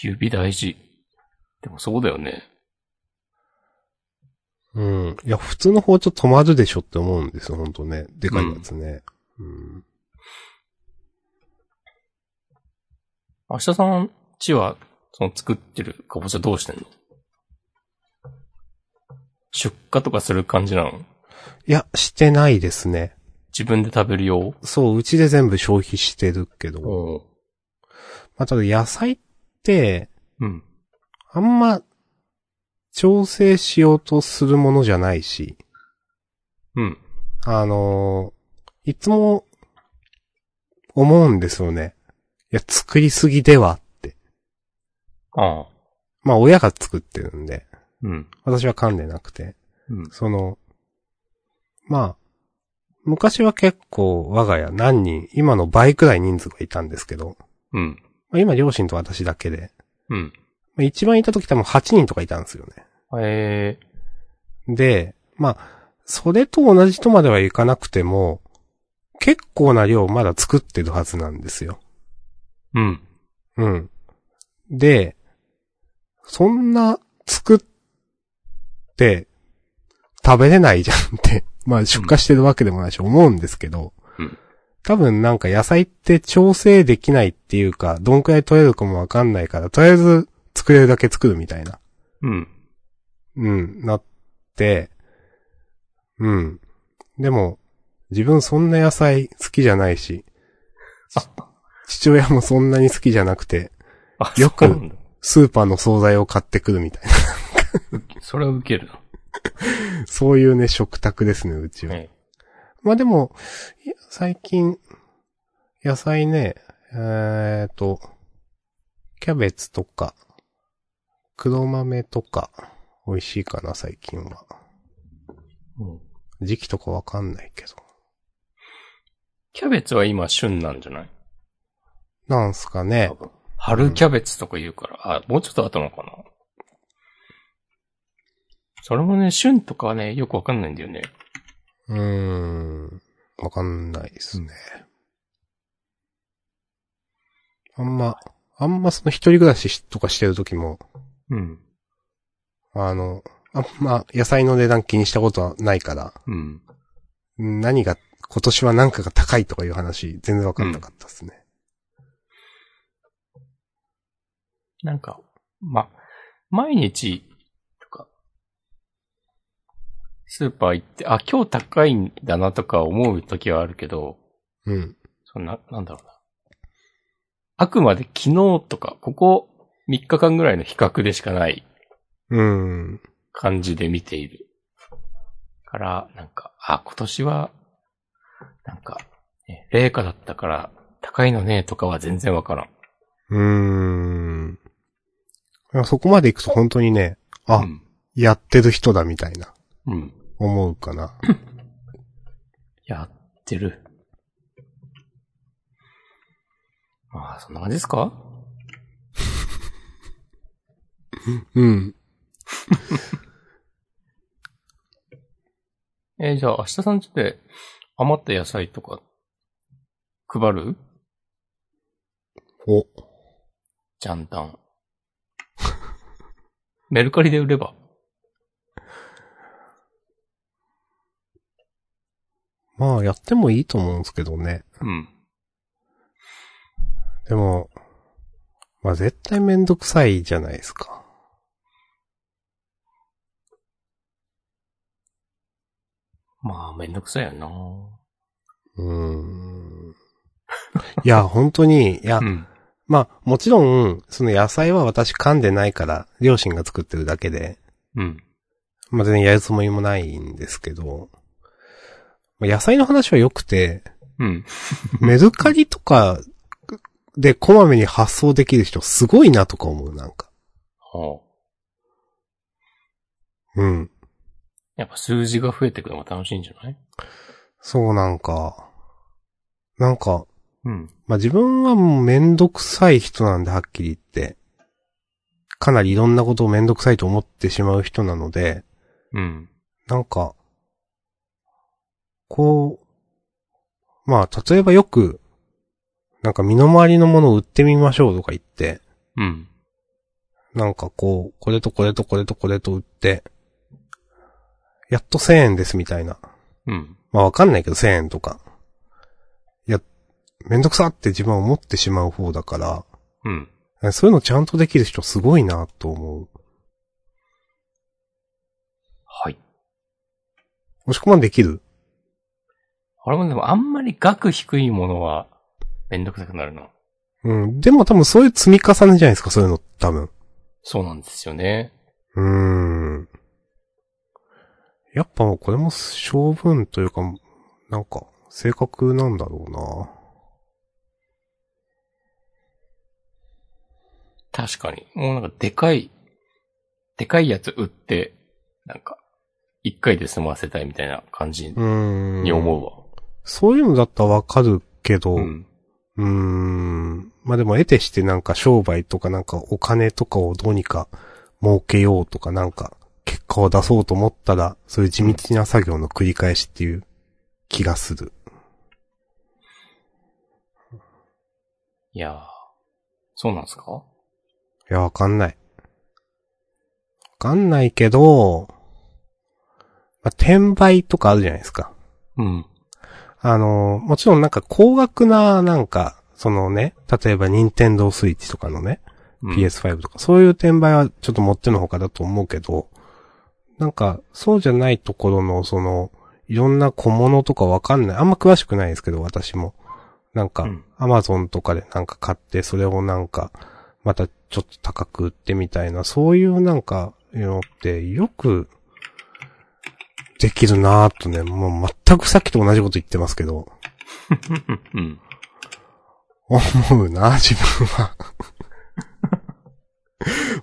S2: 指大事。でもそうだよね。
S1: うん。いや、普通の包丁止まるでしょって思うんですよ、ほんとね。でかいやつね。うん。
S2: 明日さんちは、その作ってるかぼちゃどうしてんの出荷とかする感じなの
S1: いや、してないですね。
S2: 自分で食べる用
S1: そう、うちで全部消費してるけど。
S2: おう
S1: まあ、ただ野菜って、
S2: うん。
S1: あんま、調整しようとするものじゃないし、
S2: うん。
S1: あのーいつも、思うんですよね。いや、作りすぎではって。
S2: ああ。
S1: まあ、親が作ってるんで、
S2: うん。
S1: 私は噛んでなくて。
S2: うん。
S1: その、まあ、昔は結構我が家何人、今の倍くらい人数がいたんですけど、
S2: うん。
S1: まあ、今両親と私だけで、
S2: うん。
S1: まあ、一番いた時多分8人とかいたんですよね。
S2: ええ
S1: で、まあ、それと同じとまではいかなくても、結構な量まだ作ってるはずなんですよ。
S2: うん。
S1: うん。で、そんな作って食べれないじゃんって、 まあ出荷してるわけでもないし思うんですけど、
S2: うん
S1: 多分なんか野菜って調整できないっていうか、どんくらい取れるかもわかんないから、とりあえず作れるだけ作るみたいな、
S2: うん。
S1: うん、なって、うん。でも、自分そんな野菜好きじゃないし、父親もそんなに好きじゃなくて、
S2: あ、
S1: よく
S2: そうなんだ
S1: スーパーの惣菜を買ってくるみたい
S2: それは受けるな。
S1: な。 そういうね、食卓ですね、うちは。
S2: え
S1: まあでも、いや最近、野菜ね、えーと、キャベツとか、黒豆とか、美味しいかな、最近は。
S2: うん
S1: 時期とかわかんないけど。
S2: キャベツは今旬なんじゃない
S1: なんすかね
S2: 多。分。春キャベツとか言うから、あ、もうちょっと後のかな。それもね、旬とかはね、よくわかんないんだよね。
S1: うーん。わかんないですね。あんま、あんまその一人暮らしとかしてる時も、
S2: うん。
S1: あの、あんま野菜の値段気にしたことはないから、
S2: うん。
S1: うん何が、今年は何かが高いとかいう話、全然わかんなかったですね。
S2: なんか、ま、毎日、とか、スーパー行って、あ、今日高いんだなとか思う時はあるけど、
S1: うん。
S2: そんな、なんだろうな。あくまで昨日とか、ここ3日間ぐらいの比較でしかない
S1: うん。
S2: 感じで見ている。から、なんか、あ、今年は、なんか、ね、冷夏だったから、高いのね、とかは全然わからん。
S1: うん。いやそこまで行くと本当にね、あ、
S2: うん。
S1: やってる人だみたいな、
S2: うん。
S1: 思うかな。
S2: やってる。まあ、そんな感じですか
S1: うん。
S2: えーじゃあ、明日さんちで余った野菜とか、配る
S1: お、
S2: ジャンダン。 メルカリで売れば。
S1: まあやってもいいと思うんですけどね。
S2: うん。
S1: でも、まあ絶対めんどくさいじゃないですか。
S2: まあ、めんどくさいよな
S1: うん。いや、本当に、いや、
S2: うん。
S1: まあ、もちろん、その野菜は私噛んでないから、両親が作ってるだけで、
S2: うん。
S1: まあ、全然やるつもりもないんですけど、まあ、野菜の話は良く て、
S2: うん。
S1: メルカリとかでこまめに発送できる人すごいなとか思う、なんか。
S2: はあ、
S1: うん。
S2: やっぱ数字が増えてくのが楽しいんじゃない
S1: そうなんか、なんか、
S2: うん。
S1: まあ、自分はもうめんどくさい人なんで、はっきり言って。かなりいろんなことをめんどくさいと思ってしまう人なので、
S2: うん。
S1: なんか、こう、まあ、例えばよく、なんか身の回りのものを売ってみましょうとか言って、
S2: うん。
S1: なんかこう、これとこれとこれとこれと売って、やっと1000円ですみたいな。
S2: うん。
S1: まあわかんないけど1000円とか。いや、めんどくさって自分は思ってしまう方だから、
S2: うん。
S1: そういうのちゃんとできる人すごいなと思う。
S2: はい。
S1: 押し込まんできる
S2: 俺もでもあんまり額低いものはめんどくさくなるな。
S1: うん。でも多分そういう積み重ねじゃないですか、そういうの多分。
S2: そうなんですよね。
S1: うーん。やっぱもうこれも性分というか、なんか、性格なんだろうな
S2: 確かに。もうなんかでかい、でかいやつ売って、なんか、一回で済ませたいみたいな感じ
S1: うーん。
S2: に思
S1: う。
S2: うわ。
S1: そういうのだったらわかるけど、
S2: う
S1: うん
S2: ん。
S1: ーん。まあでも得てしてなんか商売とかなんかお金とかをどうにか儲けようとかなんか結果を出そうと思ったら、そういう地道な作業の繰り返しっていう気がする。
S2: いやーそうなんですか
S1: いや、わかんない。わかんないけど、まあ、転売とかあるじゃないですか。
S2: うん。
S1: あの、もちろんなんか高額な、なんか、そのね、例えば任天堂スイッチとかのね、
S2: うん
S1: PS5 とか、そういう転売はちょっともってのほかだと思うけど、なんか、そうじゃないところの、その、いろんな小物とかわかんない。あんま詳しくないですけど、私も。なんか、
S2: うん
S1: アマゾンとかでなんか買って、それをなんか、またちょっと高く売ってみたいな、そういうなんか、のって、よく、できるなぁとね、もう全くさっきと同じこと言ってますけど、
S2: うん。
S1: 思うなぁ 自分は。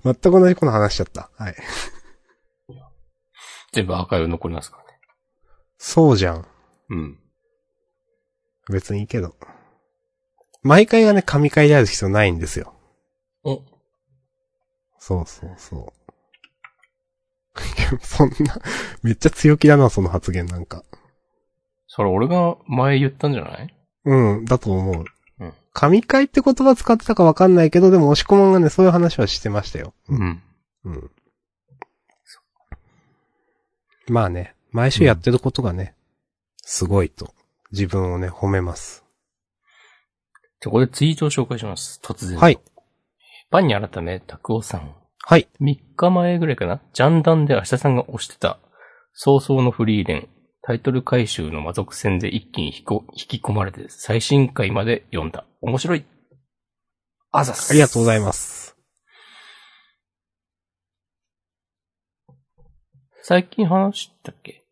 S1: 全く同じこと話しちゃった。はい。
S2: 全部アーカイブ残りますからね。
S1: そうじゃん。
S2: うん。
S1: 別にいいけど。毎回がね、神回である必要ないんですよ。
S2: お、
S1: そうそうそう。いやそんな、めっちゃ強気だな、その発言なんか。
S2: それ俺が前言ったんじゃない
S1: うん、だと思う。
S2: うん
S1: 神回って言葉使ってたかわかんないけど、でも押し込まんがね、そういう話はしてましたよ。
S2: うん。
S1: うん。まあね、毎週やってることがね、すごいと、自分をね、褒めます。
S2: じゃあ、ここでツイートを紹介します。突然。
S1: はい。
S2: パンに改め、タクオさん。
S1: はい。
S2: 3日前ぐらいかなジャンダンで明日さんが推してた、早々のフリーレン、タイトル回収の魔族戦で一気に引こ引き込まれて、最新回まで読んだ。面白い。あざっす。
S1: ありがとうござい
S2: す。
S1: ます。
S2: 最近話したっけ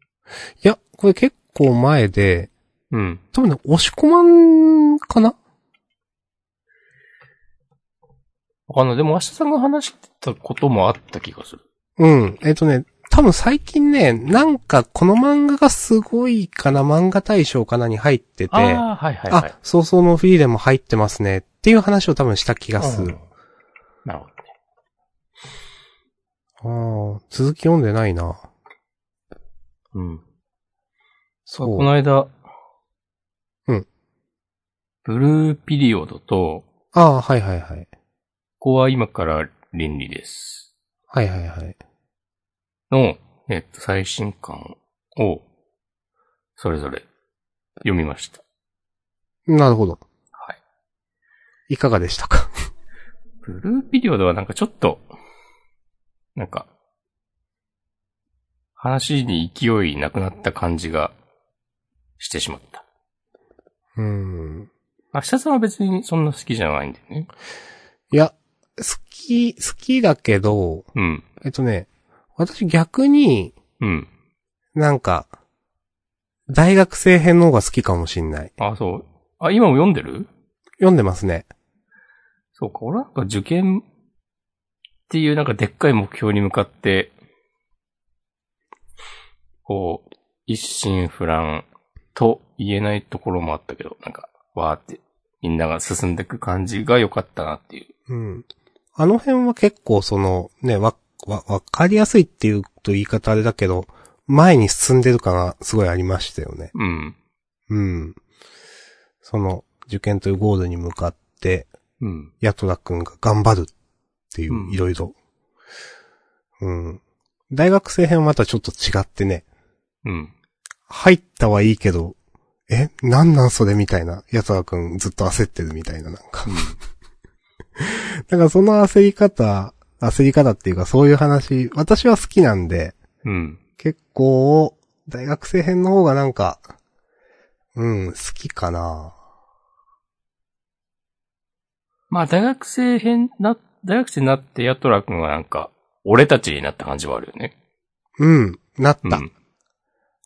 S1: いや、これ結構前で、
S2: うん。
S1: 多分ね、押し込まんかな
S2: わかんない。でも明日さんが話してたこともあった気がする。
S1: うん。えっ、とね、多分最近ね、なんかこの漫画がすごいかな、漫画大賞かなに入ってて、
S2: ああ、はいはいはい
S1: あ。、そうそうのフリーレンも入ってますねっていう話を多分した気がす
S2: うん
S1: る。
S2: なるほどね。
S1: ああ、続き読んでないな。
S2: うん。
S1: そう。
S2: この間。
S1: うん。
S2: ブルーピリオドと、
S1: ああ、はいはいはい。
S2: ここは今から倫理です。
S1: はいはいはい。
S2: の、えっと、最新刊を、それぞれ読みました。
S1: なるほど。
S2: はい。
S1: いかがでしたか
S2: ブルーピリオドはなんかちょっと、なんか、話に勢いなくなった感じがしてしまった。
S1: うーん。
S2: 明日さんは別にそんな好きじゃないんだよね。
S1: いや、好き、好きだけど、
S2: うん。
S1: えっとね、私逆に
S2: うん。
S1: なんか、大学生編の方が好きかもしんない。
S2: あ、そう。あ、今も読んでる
S1: 読んでますね。
S2: そうか、俺なんか受験っていうなんかでっかい目標に向かって、こう、一心不乱と言えないところもあったけど、なんか、わーって、みんなが進んでいく感じが良かったなっていう。
S1: うん。あの辺は結構その、ね、わ、わ、わかりやすいっていうと言い方あれだけど、前に進んでる感がすごいありましたよね。
S2: うん。
S1: うん。その、受験というゴールに向かって、
S2: うん。
S1: ヤトラ君が頑張るっていう
S2: う、ん
S1: いろいろ。うん。大学生編はまたちょっと違ってね、
S2: うん。
S1: 入ったはいいけど、え、なんなんそれみたいな、ヤトラ君ずっと焦ってるみたいな、なんか。 だからその焦り方、焦り方っていうかそういう話、私は好きなんで、
S2: うん。
S1: 結構、大学生編の方がなんか、うん、好きかな。
S2: まあ、大学生編な、大学生になってヤトラ君はなんか、俺たちになった感じはあるよね。
S1: うん、なっ
S2: う
S1: た。
S2: ん。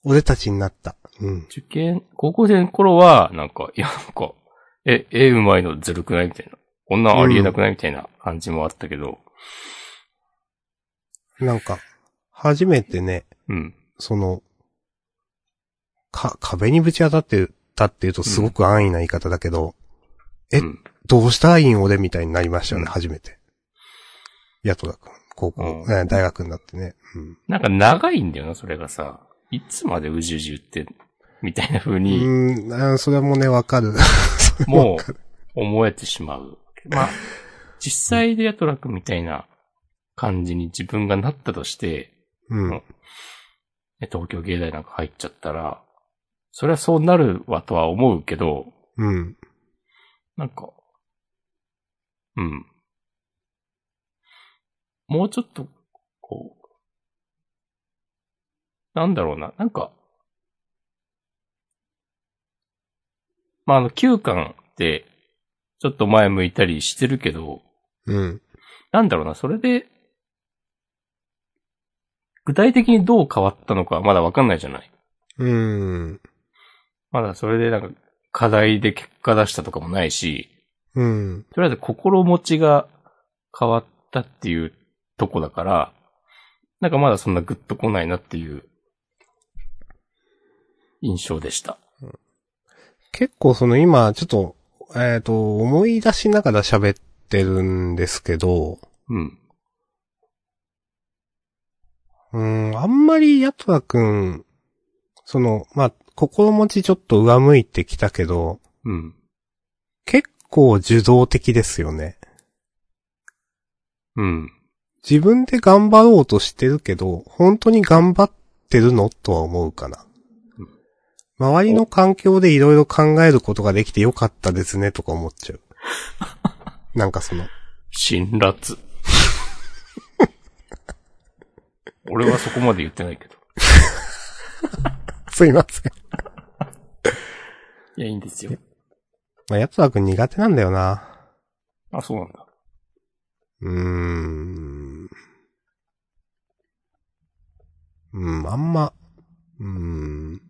S1: 俺たちになった。うん。
S2: 受験、高校生の頃は、なんか、いや、なんか、え、絵うまいのずるくないみたいな。こんなんありえなくないみたいな感じもあったけど、
S1: なんか、初めてね、
S2: うん。
S1: その、か、壁にぶち当たってたっていうとすごく安易な言い方だけど、え
S2: うん
S1: どうしたらいいん俺みたいになりましたよね、
S2: うん
S1: 初めて。ヤトラ君、高校、
S2: うん
S1: え大学になってね。うん。
S2: なんか長いんだよな、それがさ。いつまでうじうじ言ってんみたいな風に、
S1: うんあ、それもね、わかる。
S2: もう、思えてしまう。まあ、実際でヤトラクみたいな感じに自分がなったとして、
S1: うん。
S2: ね東京芸大なんか入っちゃったら、それはそうなるわとは思うけど、
S1: うん。
S2: なんか、うん。もうちょっと、こう、なんだろうな、なんか、まあ、あの、9巻って、ちょっと前向いたりしてるけど、
S1: うん。
S2: なんだろうな、それで、具体的にどう変わったのかはまだわかんないじゃない
S1: うん。
S2: まだそれでなんか、課題で結果出したとかもないし、
S1: うん。
S2: とりあえず心持ちが変わったっていうとこだから、なんかまだそんなグッと来ないなっていう印象でした。
S1: 結構その今、ちょっと、えっ、と、思い出しながら喋ってるんですけど、
S2: うん。
S1: うーん、あんまりヤトラくん、その、まあ、心持ちちょっと上向いてきたけど、
S2: うん。
S1: 結構受動的ですよね。
S2: うん。
S1: 自分で頑張ろうとしてるけど、本当に頑張ってるのとは思うかな。周りの環境でいろいろ考えることができてよかったですねとか思っちゃう。なんかその、
S2: 辛辣。 俺はそこまで言ってないけど。
S1: すいません。
S2: いや、いいんですよ。
S1: まあ、やつらくん苦手なんだよな。
S2: あ、そうなんだ。
S1: うーん。うん、あんま、うーん。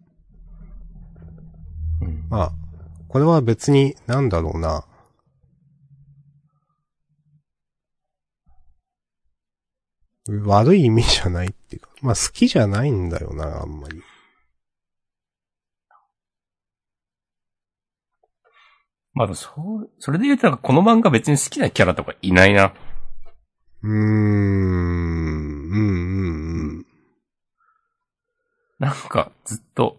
S2: うん。
S1: まあ、これは別に、なんだろうな。悪い意味じゃないっていうか、まあ好きじゃないんだよな、あんまり。
S2: まあ、そう、それで言うとなんかこの漫画別に好きなキャラとかいないな。
S1: うーん、うん、うん、うん。
S2: なんか、ずっと。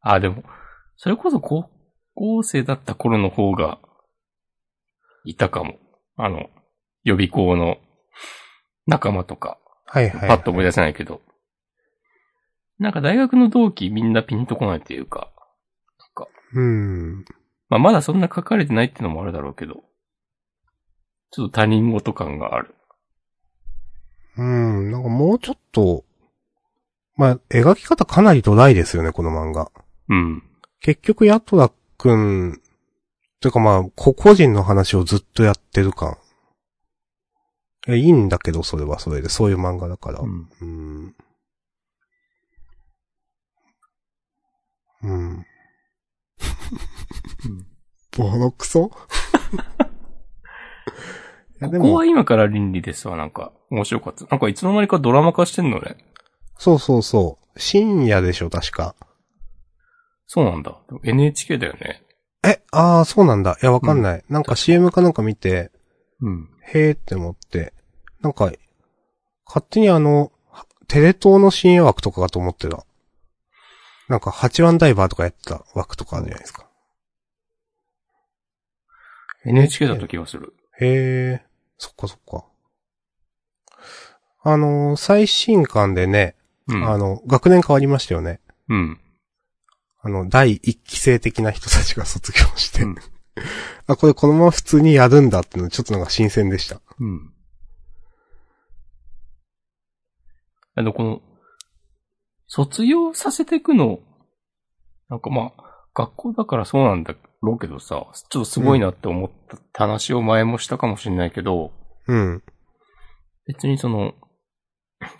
S2: あ、でも、それこそ高校生だった頃の方が、いたかも。あの、予備校の仲間とか、
S1: はいはい、
S2: パッと思い出せないけど。なんか大学の同期みんなピンとこないというか、
S1: うん。
S2: まあまだそんな書かれてないってのもあるだろうけど、ちょっと他人事感がある。
S1: うん、なんかもうちょっと、まあ、描き方かなりドライですよね、この漫画。
S2: うん。
S1: 結局、ヤトラくん、というかまあ、個々人の話をずっとやってる感。いやいいんだけど、それはそれで、そういう漫画だから。
S2: うん
S1: うん。うん。ボロク ソいや
S2: ここは今から倫理ですわ、なんか。面白かった。なんかいつの間にかドラマ化してんのね。
S1: そうそうそう。深夜でしょ、確か。
S2: そうなんだ。でも NHK だよね。
S1: え、ああ、そうなんだ。いや、わかんない。なんか CM かなんか見て、
S2: うん。
S1: へーって思って、なんか、勝手にあの、テレ東の深夜枠とかかと思ってた。なんか、8番ダイバーとかやってた枠とかあるじゃないですか。
S2: NHK だった気がする。
S1: へー、そっかそっか。あのー最新刊でね、
S2: う
S1: あ
S2: ん。
S1: の、学年変わりましたよね。
S2: うん。
S1: あの、第一期生的な人たちが卒業して、
S2: うん
S1: あ、これこのまま普通にやるんだってのちょっとなんか新鮮でした。
S2: うん。あの、この、卒業させていくの、なんかまあ、学校だからそうなんだろうけどさ、ちょっとすごいなって思ったって話を前もしたかもしれないけど、
S1: うん。
S2: 別にその、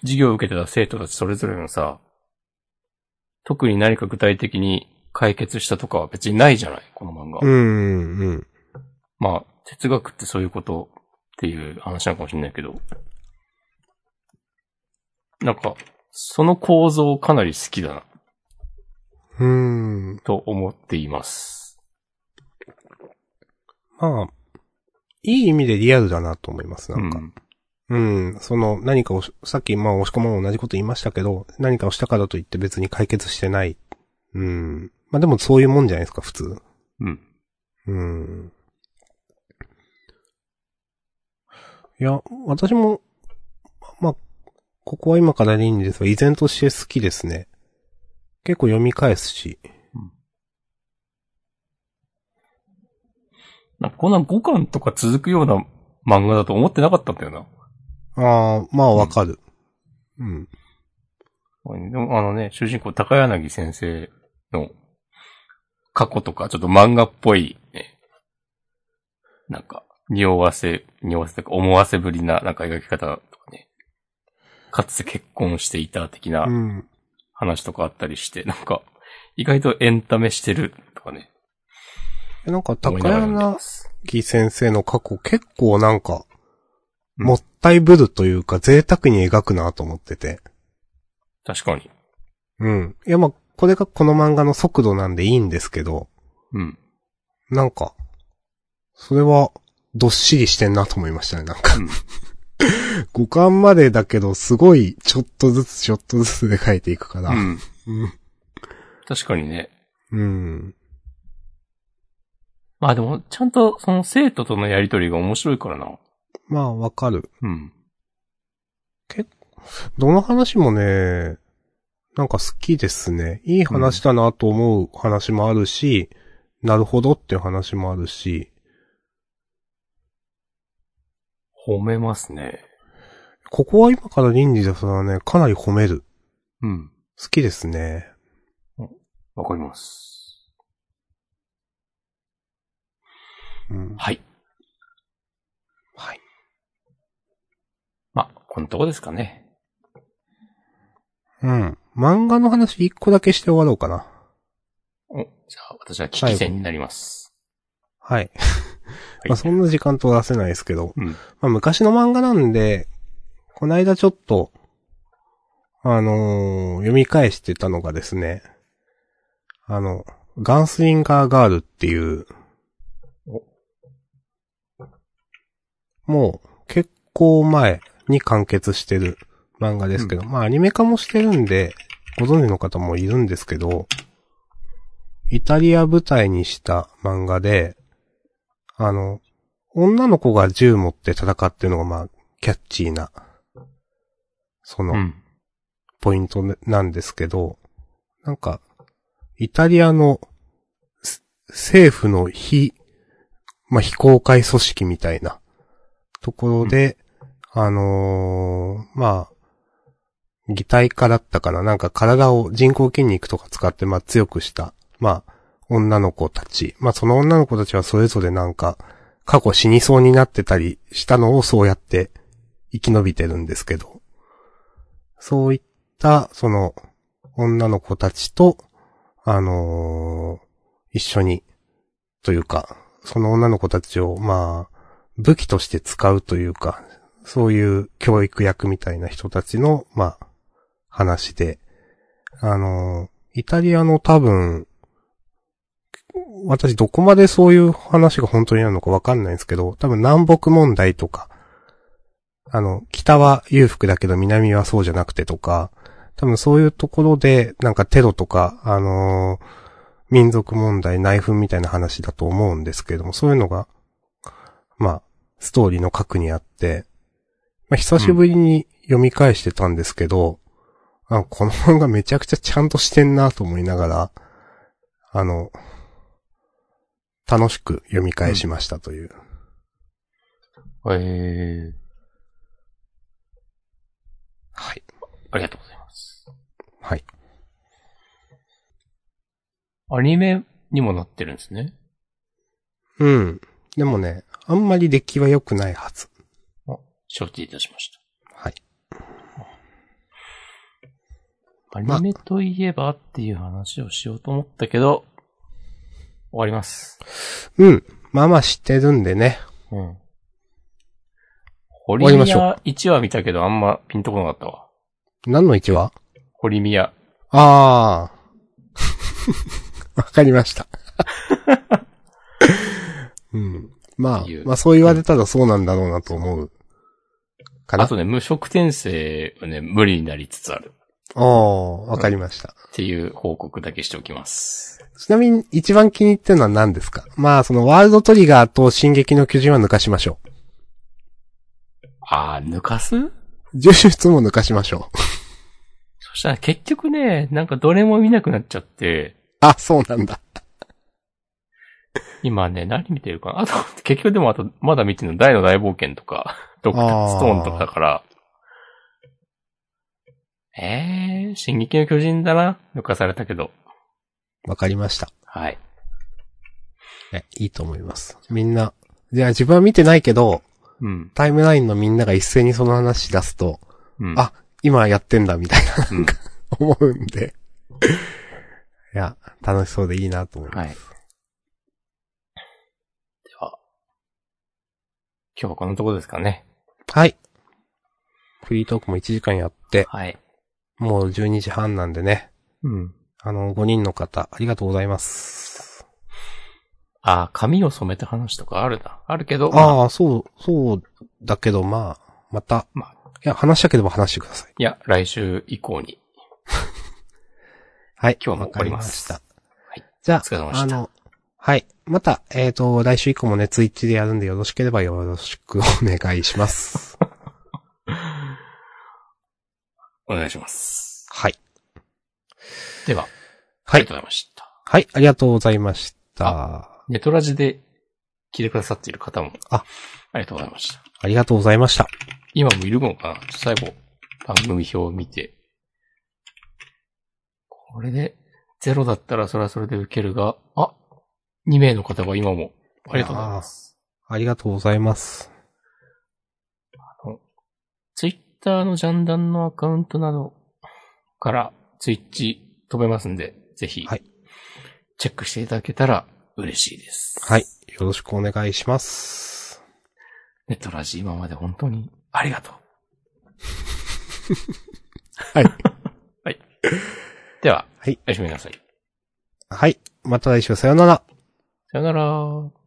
S2: 授業を受けてた生徒たちそれぞれのさ、特に何か具体的に解決したとかは別にないじゃないこの漫画。
S1: うん、うん。
S2: まあ、哲学ってそういうことっていう話なのかもしれないけど。なんか、その構造かなり好きだな、
S1: うーん。
S2: と思っています。
S1: まあ、いい意味でリアルだなと思います、なんか。
S2: うん
S1: うん、その、何かをし、さっき、まあ、押し込まんも同じこと言いましたけど、何かをしたからといって別に解決してない。うん。まあでもそういうもんじゃないですか、普通。
S2: うん。
S1: うん。いや、私も、まあ、ここは今からでいいんですが、依然として好きですね。結構読み返すし。
S2: なんかこんな5巻とか続くような漫画だと思ってなかったんだよな。
S1: ああ、まあわかる。うん。
S2: でもあのね、主人公高柳先生の過去とか、ちょっと漫画っぽい、ね、なんか、匂わせ、匂わせというか思わせぶりな、なんか描き方とかね、かつて結婚していた的な
S1: うん。
S2: 話とかあったりして、なんか、意外とエンタメしてるとかね。
S1: えなんか、
S2: 思
S1: 高
S2: いながら読んでま
S1: 柳
S2: す
S1: 先生の過去結構なんか、
S2: うん
S1: もったいぶるというか贅沢に描くなと思ってて。
S2: 確かに。
S1: うん。いやまあ、これがこの漫画の速度なんでいいんですけど、
S2: うん。
S1: なんか、それは、どっしりしてんなと思いましたね、なんか
S2: うん。
S1: 五感までだけど、すごい、ちょっとずつちょっとずつで描いていくから。
S2: うん。
S1: うん。
S2: 確かにね。
S1: うん。
S2: まあでも、ちゃんとその生徒とのやりとりが面白いからな。
S1: まあ、わかる。
S2: うん。
S1: どの話もね、なんか好きですね。いい話だなと思う話もあるし、なるほどっていう話もあるし、
S2: 褒めますね。
S1: ここは今から倫理でそれはね、かなり褒める。
S2: うん。
S1: 好きですね。
S2: わかります。
S1: うん。
S2: はい。
S1: はい。
S2: まあ、このとこですかね。
S1: うん。漫画の話一個だけして終わろうかな。
S2: お、じゃあ私は危機戦になります。
S1: はい。
S2: はい
S1: まあそんな時間取らせないですけど、
S2: うん。
S1: まあ昔の漫画なんで、この間ちょっと、あのー読み返してたのがですね、あの、ガンスリンガーガールっていう
S2: お、
S1: もう結構前に完結してる漫画ですけど、まあアニメ化もしてるんで、ご存知の方もいるんですけど、イタリア舞台にした漫画で、あの、女の子が銃持って戦ってるのがまあ、キャッチーな、その、
S2: うん。
S1: ポイントなんですけど、なんか、イタリアのす政府の非、まあ、非公開組織みたいなところで、あのーまあ、擬態化だったかな。なんか体を人工筋肉とか使って、まあ、強くした、まあ、女の子たち。まあ、その女の子たちはそれぞれなんか、過去死にそうになってたりしたのをそうやって生き延びてるんですけど、そういった、その、女の子たちと、あのー一緒に、というか、その女の子たちを、まあ、武器として使うというか、そういう教育役みたいな人たちの、まあ、話で、あのーイタリアの多分、私どこまでそういう話が本当にあるのかわかんないんですけど、多分南北問題とか、あの、北は裕福だけど南はそうじゃなくてとか、多分そういうところで、なんかテロとか、あのー民族問題、内紛みたいな話だと思うんですけれども、そういうのが、まあ、ストーリーの核にあって、まあ、久しぶりに読み返してたんですけど、あこの漫画めちゃくちゃちゃんとしてんなと思いながら、あの、楽しく読み返しましたという。
S2: えー、
S1: はい。
S2: ありがとうございます。
S1: はい。
S2: アニメにもなってるんですね。
S1: うん。でもね、あんまり出来は良くないはず。
S2: 承知いたしまし
S1: はい。
S2: た。アニメといえばっていう話をしようと思ったけど、終わります。
S1: うん。まあまあ知ってるんでね。
S2: うん。ホリ
S1: わりま
S2: ミ
S1: しょう
S2: ヤ1話見たけどあんまピンとこなかったわ。
S1: 何の位置は
S2: ホリミヤ。
S1: あ あ。わかりました。 うん。まあ
S2: いいよ、
S1: まあそう言われたらそうなんだろうなと思う。かな
S2: あとね、無職転生がね、無理になりつつある。
S1: ああ、わかりました。
S2: っていう報告だけしておきます。
S1: ちなみに一番気に入ってるのは何ですかまあそのワールドトリガーと進撃の巨人は抜かしましょ
S2: あー、抜かす
S1: う。重出も抜かしましょう。
S2: そしたら結局ね、なんかどれも見なくなっちゃって、
S1: あ、そうなんだ。
S2: 今ね、何見てるかなあと、結局でもあと、まだ見てるの、大の大冒険とか、ドクターストーンとかだから、えー、進撃の巨人だな、抜かされたけど。
S1: わかりました。
S2: はい。
S1: えいいと思います。みんな。じゃあ自分は見てないけど、
S2: うん。
S1: タイムラインのみんなが一斉にその話し出すと、
S2: うん。
S1: あ、今やってんだみたいな
S2: うん、
S1: 思うんで。いや、楽しそうでいいなと思います。
S2: はい。では、今日はこのとこですかね。
S1: はい。フリートークも1時間やって、
S2: はい。
S1: もう12時半なんでね。
S2: うん。
S1: あの、5人の方、ありがとうございます。
S2: あー、髪を染めた話とかあるな。あるけど、まあ
S1: ああ、そう、そうだけど、まあ、また、
S2: まあ
S1: いや、話したければ話してください。
S2: いや、来週以降に。
S1: はい。
S2: 今日はもう終わります
S1: わかりました。
S2: はい
S1: じゃあ、
S2: お疲れ様で
S1: あ
S2: した
S1: の、はい。また、えっ、と、来週以降もね、ツイッチでやるんでよろしければよろしくお願いし ます。
S2: お願いします。
S1: はい。
S2: では、
S1: は
S2: あり
S1: い
S2: が。とうございました。
S1: はい、ありがとうございました。
S2: ネトラジで聞いてくださっている方も、
S1: あ、
S2: ありがとうございました。
S1: ありがとうございました。
S2: 今もいるのかなちょっと最後、番組表を見て。これで、ゼロだったらそれはそれで受けるが、あ、2名の方が今も、ありがとうございます。
S1: ありがとうございます。
S2: ツイッターのジャンダンのアカウントなどからツイッチ飛べますんで、ぜひ
S1: はい、
S2: チェックしていただけたら嬉しいです。
S1: はい。よろしくお願いします。
S2: ネットラジ今まで本当にありがとう。
S1: はい。
S2: はい。では、
S1: はい
S2: おやすみなさい。
S1: はい。また来週さよなら。
S2: さよなら。